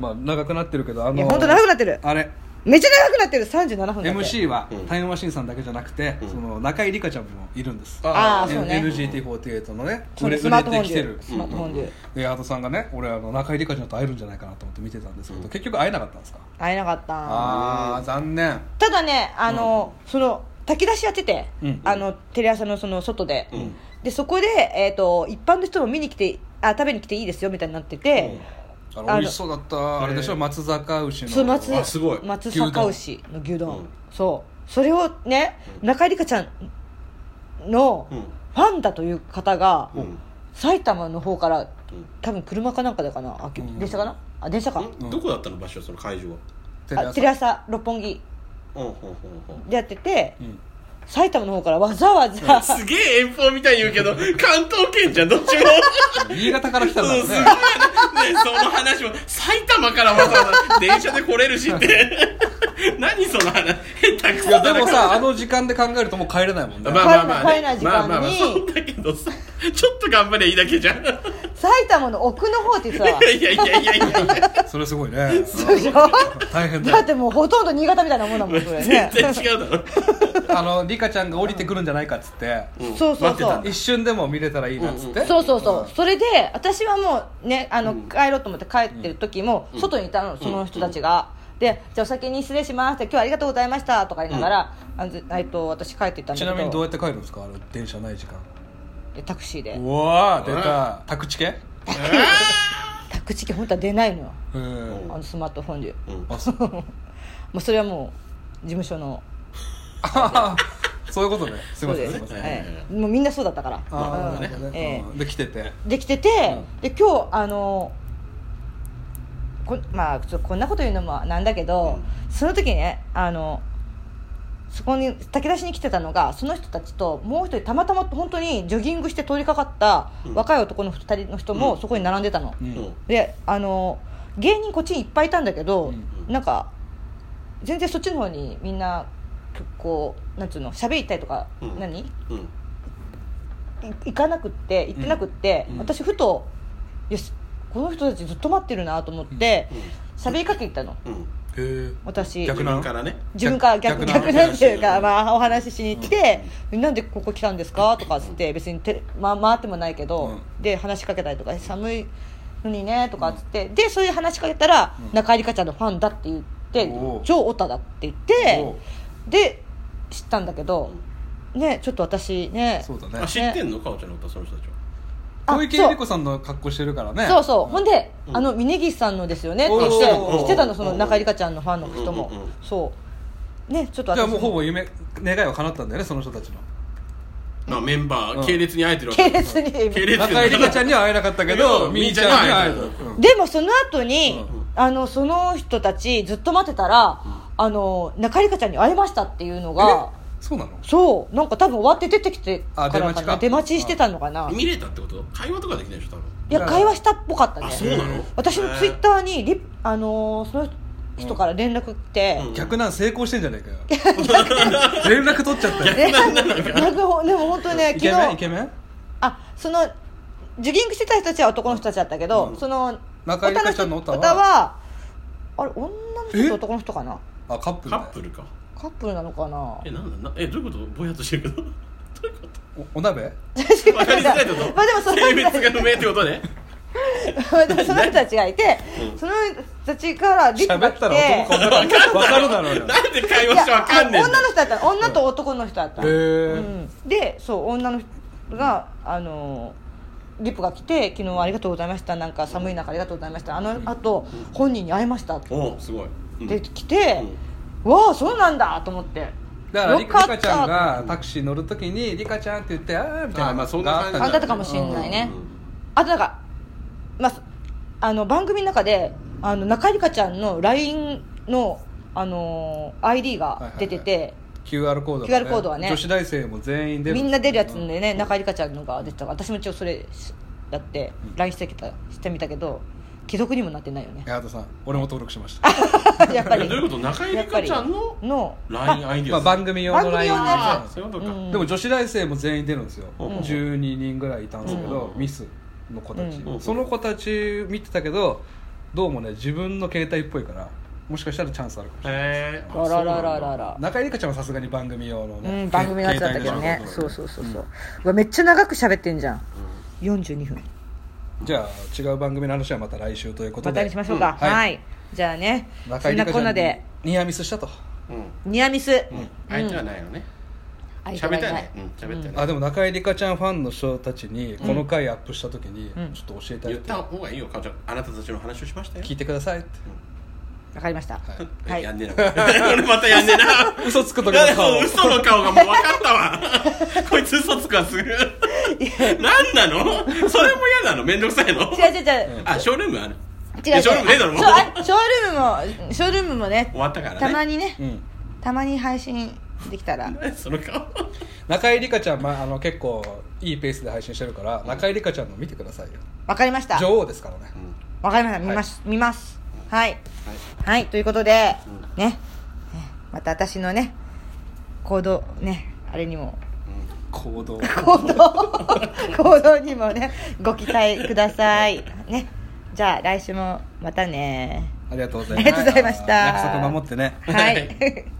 Speaker 2: まあ長くなってるけどあ
Speaker 1: いや
Speaker 2: の
Speaker 1: 本当長くなってる
Speaker 2: あれ
Speaker 1: めっちゃ長くなってる37分だって
Speaker 2: MC は
Speaker 3: うん
Speaker 2: タイムマシーンさんだけじゃなくて
Speaker 3: うん
Speaker 2: その中井梨花ちゃんもいるんです
Speaker 1: ああそうね
Speaker 2: NGT48 のね
Speaker 1: そ
Speaker 2: 売
Speaker 1: う
Speaker 2: れ
Speaker 1: ス
Speaker 2: 売
Speaker 1: マ
Speaker 2: れ
Speaker 1: ートフォ
Speaker 2: て
Speaker 1: ン
Speaker 2: きて
Speaker 1: で
Speaker 2: る
Speaker 1: スマートフォンで
Speaker 2: でヤートさんがね俺あの中井梨花ちゃんと会えるんじゃないかなと思って見てたんですけど結局会えなかったんですか
Speaker 1: 会えなかった
Speaker 2: ああ残念
Speaker 1: ただねあの、その炊き出しやってて、
Speaker 2: うん
Speaker 1: あのテレ朝のその外で、
Speaker 3: うん
Speaker 1: でそこで、えー、と一般の人も見に来てあ食べに来ていいですよみたいになってて、
Speaker 2: あ
Speaker 1: あ
Speaker 2: れ
Speaker 1: の
Speaker 2: 美味しそうだったあれでしょ松阪牛の
Speaker 1: そう松
Speaker 3: あすごい
Speaker 1: 松阪牛の牛丼、
Speaker 3: うん
Speaker 1: そうそれをね中井梨花ちゃんの
Speaker 3: うん
Speaker 1: ファンだという方が、
Speaker 3: うん
Speaker 1: 埼玉の方から多分車かなんかだかなあき電車かなあ電車か、
Speaker 3: うんどこだったの場所その会場は
Speaker 2: テレ
Speaker 1: あ
Speaker 2: 朝
Speaker 1: テレ朝六本木
Speaker 3: うんうんうんうん
Speaker 1: でやってて、
Speaker 2: ん
Speaker 1: 埼玉の方からわざわざ
Speaker 3: すげえ遠方みたいに言うけど関東圏じゃんどっちも
Speaker 2: 新潟から来たんだ
Speaker 3: そう
Speaker 2: も
Speaker 3: す
Speaker 2: ん
Speaker 3: ご
Speaker 2: ね
Speaker 3: いねねその話も埼玉からわざわざ電車で来れるしって何その話下手くそ
Speaker 2: い
Speaker 3: だ
Speaker 2: や
Speaker 3: な
Speaker 2: でもさあの時間で考えるともう帰れないもんね、
Speaker 3: まあまあまあ、
Speaker 1: 帰らない時間に
Speaker 3: まあまあまあそうだけどさちょっと頑張りゃいいだけじゃんい
Speaker 1: 埼玉の奥の方ってさ
Speaker 3: や いやいやいやいや
Speaker 2: それすごいね
Speaker 1: でしょ
Speaker 2: 大変だ
Speaker 1: だってもうほとんど新潟みたいなもんだもんそれね
Speaker 3: 全然違うだろ
Speaker 2: あのリカちゃんが降りてくるんじゃないかっつって、
Speaker 1: そうそうそう
Speaker 3: 待ってたんだ
Speaker 2: 一瞬でも見れたらいいなっつって、
Speaker 1: そうそうそうそれで私はもうねあの帰ろうと思って帰ってる時も外にいたのその人たちがでじゃあお先に失礼しますって今日はありがとうございましたとか言いながらあのずえっと私帰っていったんだけ
Speaker 2: ち
Speaker 1: ど
Speaker 2: なみにどうやって帰るんですかあの電車ない時間
Speaker 1: えタクシーで
Speaker 2: うわー出た宅地系
Speaker 1: タクシー券本当は出ないのよ
Speaker 2: うん
Speaker 1: あのスマートフォンで
Speaker 2: あそう
Speaker 1: もうそれはもう事務所の
Speaker 2: そういうことねすい
Speaker 1: そ
Speaker 2: ま
Speaker 1: う
Speaker 2: せ
Speaker 1: で
Speaker 2: ん
Speaker 1: す
Speaker 2: すいません
Speaker 1: ええもうみんなそうだったから
Speaker 2: ああな
Speaker 1: う
Speaker 2: る
Speaker 1: ん
Speaker 2: ほどね、
Speaker 1: ええ
Speaker 2: うんで来てて
Speaker 1: できてて、で今日あのこまあちょっとこんなこと言うのもなんだけど、その時ねあのそこに炊き出しに来てたのがその人たちともう一人たまたま本当にジョギングして通りかかった若い男の二人の人もそこに並んでたの、
Speaker 2: うん
Speaker 3: うん
Speaker 1: であの芸人こっちにいっぱいいたんだけど、
Speaker 2: うん
Speaker 1: なんか全然そっちの方にみんなこうなんつうの喋りたいとか、
Speaker 3: うん
Speaker 1: 何い
Speaker 3: うん
Speaker 1: 行かなくって行ってなくって、
Speaker 3: うん
Speaker 1: 私ふとよしこの人たちずっと待ってるなと思って喋、りかけてたの
Speaker 3: うんうん
Speaker 2: え
Speaker 1: 私
Speaker 2: 逆
Speaker 3: 自
Speaker 2: な
Speaker 3: 分からね
Speaker 1: 自分から逆
Speaker 2: 逆
Speaker 1: 逆
Speaker 2: 逆
Speaker 1: な
Speaker 3: なん
Speaker 1: ていうか、
Speaker 3: うん
Speaker 1: まあ、お話ししに行って、なんでここ来たんですかとかっつって別にて、ま、回ってもないけど、
Speaker 2: う
Speaker 1: で話しかけたりとか寒いのにねとかっつって、でそういう話しかけたら、
Speaker 2: うん
Speaker 1: 中井梨花ちゃんのファンだって言って
Speaker 2: おう
Speaker 1: 超オタだって言ってで知ったんだけど、ねちょっと私ね
Speaker 2: そうだ
Speaker 3: あ
Speaker 2: ね
Speaker 3: 知ってんのかおちゃんの歌その人たちは
Speaker 1: あ
Speaker 2: 小池百合子さんの格好してるからね
Speaker 1: そうそう、ほんで、
Speaker 3: うん
Speaker 1: あの峯岸さんのですよねって
Speaker 2: おう
Speaker 1: 言って
Speaker 2: おう
Speaker 1: 知ってたのそ
Speaker 3: お
Speaker 1: の
Speaker 3: う
Speaker 1: 中井梨花ちゃんのファンの人も、
Speaker 3: うんうんうん
Speaker 1: そうねちょっと
Speaker 2: じゃあもうほぼ夢願いは叶ったんだよねその人たちの
Speaker 3: まあメンバ
Speaker 2: う
Speaker 3: ー
Speaker 2: ん
Speaker 3: 系列に会えてるわ
Speaker 1: 系
Speaker 3: け
Speaker 1: 列に
Speaker 3: 系列
Speaker 2: 中井りかちゃんには会えなかったけど
Speaker 3: うん
Speaker 2: みーちゃんには会えた
Speaker 3: みーちゃんには会え
Speaker 2: うん
Speaker 1: でもその後に、
Speaker 2: うん
Speaker 1: あのその人たちずっと待ってたら、あの中里香ちゃんに会えましたっていうのが
Speaker 2: えそうなの
Speaker 1: そうなんか多分終わって出てきてから
Speaker 2: あ出待ち
Speaker 1: な
Speaker 2: か
Speaker 1: 出待ちしてたのかな、い
Speaker 3: 見れたってこと会話とかできないでしょ多分
Speaker 1: や会話したっぽかったね
Speaker 3: あそうなの
Speaker 1: 私のツイッターにリあのーその人から連絡来て、
Speaker 3: うん
Speaker 2: 逆なん成功してんじゃねえかよ 連絡取っちゃったよ
Speaker 1: 連絡なんかでも本当にね昨
Speaker 2: イケメンイ
Speaker 1: 日
Speaker 2: ケメン
Speaker 1: あそのジョギングしてた人たちは男の人たちだったけど、その
Speaker 2: 中井梨花ちゃんのオタは
Speaker 1: オタはあれ女の人と男の人かな
Speaker 2: あカップ
Speaker 3: え
Speaker 2: ルだ
Speaker 3: カップルか
Speaker 1: カップルなのかな
Speaker 3: えなんだなえどういうことぼやっとしてる けどどういうこ
Speaker 2: おお鍋
Speaker 1: 確
Speaker 3: とわかりづらいってこと
Speaker 1: まあでもその
Speaker 3: 性別が不明ってことね
Speaker 1: で もその人たちがいて、
Speaker 3: うん
Speaker 1: その人たちからリプが
Speaker 2: 喋
Speaker 1: 来
Speaker 2: ってたら男か 分かる分かるだろうよ
Speaker 3: なんで会
Speaker 1: いや
Speaker 3: 話してわかんねえんだ
Speaker 1: 女の
Speaker 3: よ
Speaker 1: 人だったの女と男の人だったの、
Speaker 2: へー
Speaker 1: うんでそう女の人があのリプが来て昨日はありがとうございましたなんか寒い中ありがとうございましたあのあと本人に会えましたっ
Speaker 3: おすごいうん
Speaker 1: て来て、わあそうなんだと思って
Speaker 2: だからリ
Speaker 1: よかった
Speaker 2: カちゃんがタクシー乗るときにリカちゃんって言ってああみたいな
Speaker 3: あまあそんな感じ
Speaker 1: あ
Speaker 2: あ
Speaker 1: だったかもしれないね、
Speaker 3: うん
Speaker 1: あとなんか、まあそ、あの番組の中であの中井梨花ちゃんの LINE の、あのー ID が出てて、
Speaker 2: QR コードが
Speaker 1: QR コードはね
Speaker 2: 女子大生も全員出る
Speaker 1: みんな出るやつでね、中井梨花ちゃんのが出てたから私も一応それしやって LINE してきたしてみたけど既読にもなってないよね
Speaker 2: 八幡さん俺も登録しました
Speaker 1: やっぱり
Speaker 3: どういうこと中井
Speaker 1: や
Speaker 3: 梨
Speaker 1: っぱ
Speaker 3: 花
Speaker 1: り
Speaker 3: ちゃんの
Speaker 1: の
Speaker 3: LINE アイディ
Speaker 2: ま
Speaker 3: ア
Speaker 2: あ番組用の
Speaker 1: 番組
Speaker 2: LINE
Speaker 1: 用のや
Speaker 3: あそういうこと
Speaker 1: う
Speaker 3: か
Speaker 1: ん
Speaker 2: でも女子大生も全員出るんですよ、
Speaker 3: うん
Speaker 2: 12人ぐらいいたんですけど、
Speaker 3: うん
Speaker 2: ミスの子たち、
Speaker 3: うん
Speaker 2: その子たち見てたけどどうもね自分の携帯っぽいからもしかしたらチャンスあるかもしれない
Speaker 3: へえ
Speaker 1: あららららら
Speaker 2: 中井梨花ちゃんはさすがに番組用の
Speaker 1: う
Speaker 2: ね、
Speaker 1: ん、番組のやつだったけどねそうそうそうそう、うわめっちゃ長く喋ってんじゃん、42分
Speaker 2: じゃあ違う番組の話はまた来週ということ
Speaker 1: ま
Speaker 2: で
Speaker 1: たにしましょうか、
Speaker 2: ん
Speaker 1: はい、
Speaker 2: はい
Speaker 1: じゃあねそ
Speaker 2: 中
Speaker 1: ん
Speaker 2: 井
Speaker 1: な
Speaker 2: 梨
Speaker 1: こんな
Speaker 2: 花ちゃ
Speaker 1: で
Speaker 2: んにニアミスしたと
Speaker 3: うん
Speaker 1: ニアミス、
Speaker 3: うん相手はないよね喋ったよねうん喋ったよね
Speaker 2: あでも中井梨花ちゃんファンの人たちにこの回アップした時に
Speaker 1: うん
Speaker 2: ちょっと教えてあ
Speaker 3: 言
Speaker 2: げ、
Speaker 3: ってた方がいいよかおちゃんあなたたちの話をしましたよ
Speaker 2: 聞いてくださいって
Speaker 1: わかりました、
Speaker 3: え
Speaker 1: はい
Speaker 3: やんねえな これ俺またやんねえな
Speaker 2: 嘘つく時の
Speaker 3: なんか
Speaker 2: 顔
Speaker 3: そう嘘の顔がもう分かったわ こいつ嘘つくわすぐ何なのそれも嫌なのめんどくさいの
Speaker 1: 違う違う違う、
Speaker 3: あショールームある
Speaker 1: 違う違う
Speaker 3: ショールームねえだろもう
Speaker 1: そうあショールームもショールームもね
Speaker 3: 終わったからね
Speaker 1: たまにね
Speaker 2: うん
Speaker 1: たまに配信できたら
Speaker 3: その顔
Speaker 2: 中井梨花ちゃん、まあ、あの結構いいペースで配信してるから、中井梨花ちゃんの見てくださいよ
Speaker 1: わかりました
Speaker 2: 女王ですからね
Speaker 1: わかりました見ます、見ますはいはい、ということで、ねねまた私のね行動ねあれにも
Speaker 2: 行動
Speaker 1: 行動行動にもねご期待くださいねじゃあ来週もまたね
Speaker 2: ありがとうござい
Speaker 1: あ
Speaker 2: ます
Speaker 1: りがとうございました
Speaker 2: 約束守ってね
Speaker 1: は
Speaker 3: はいい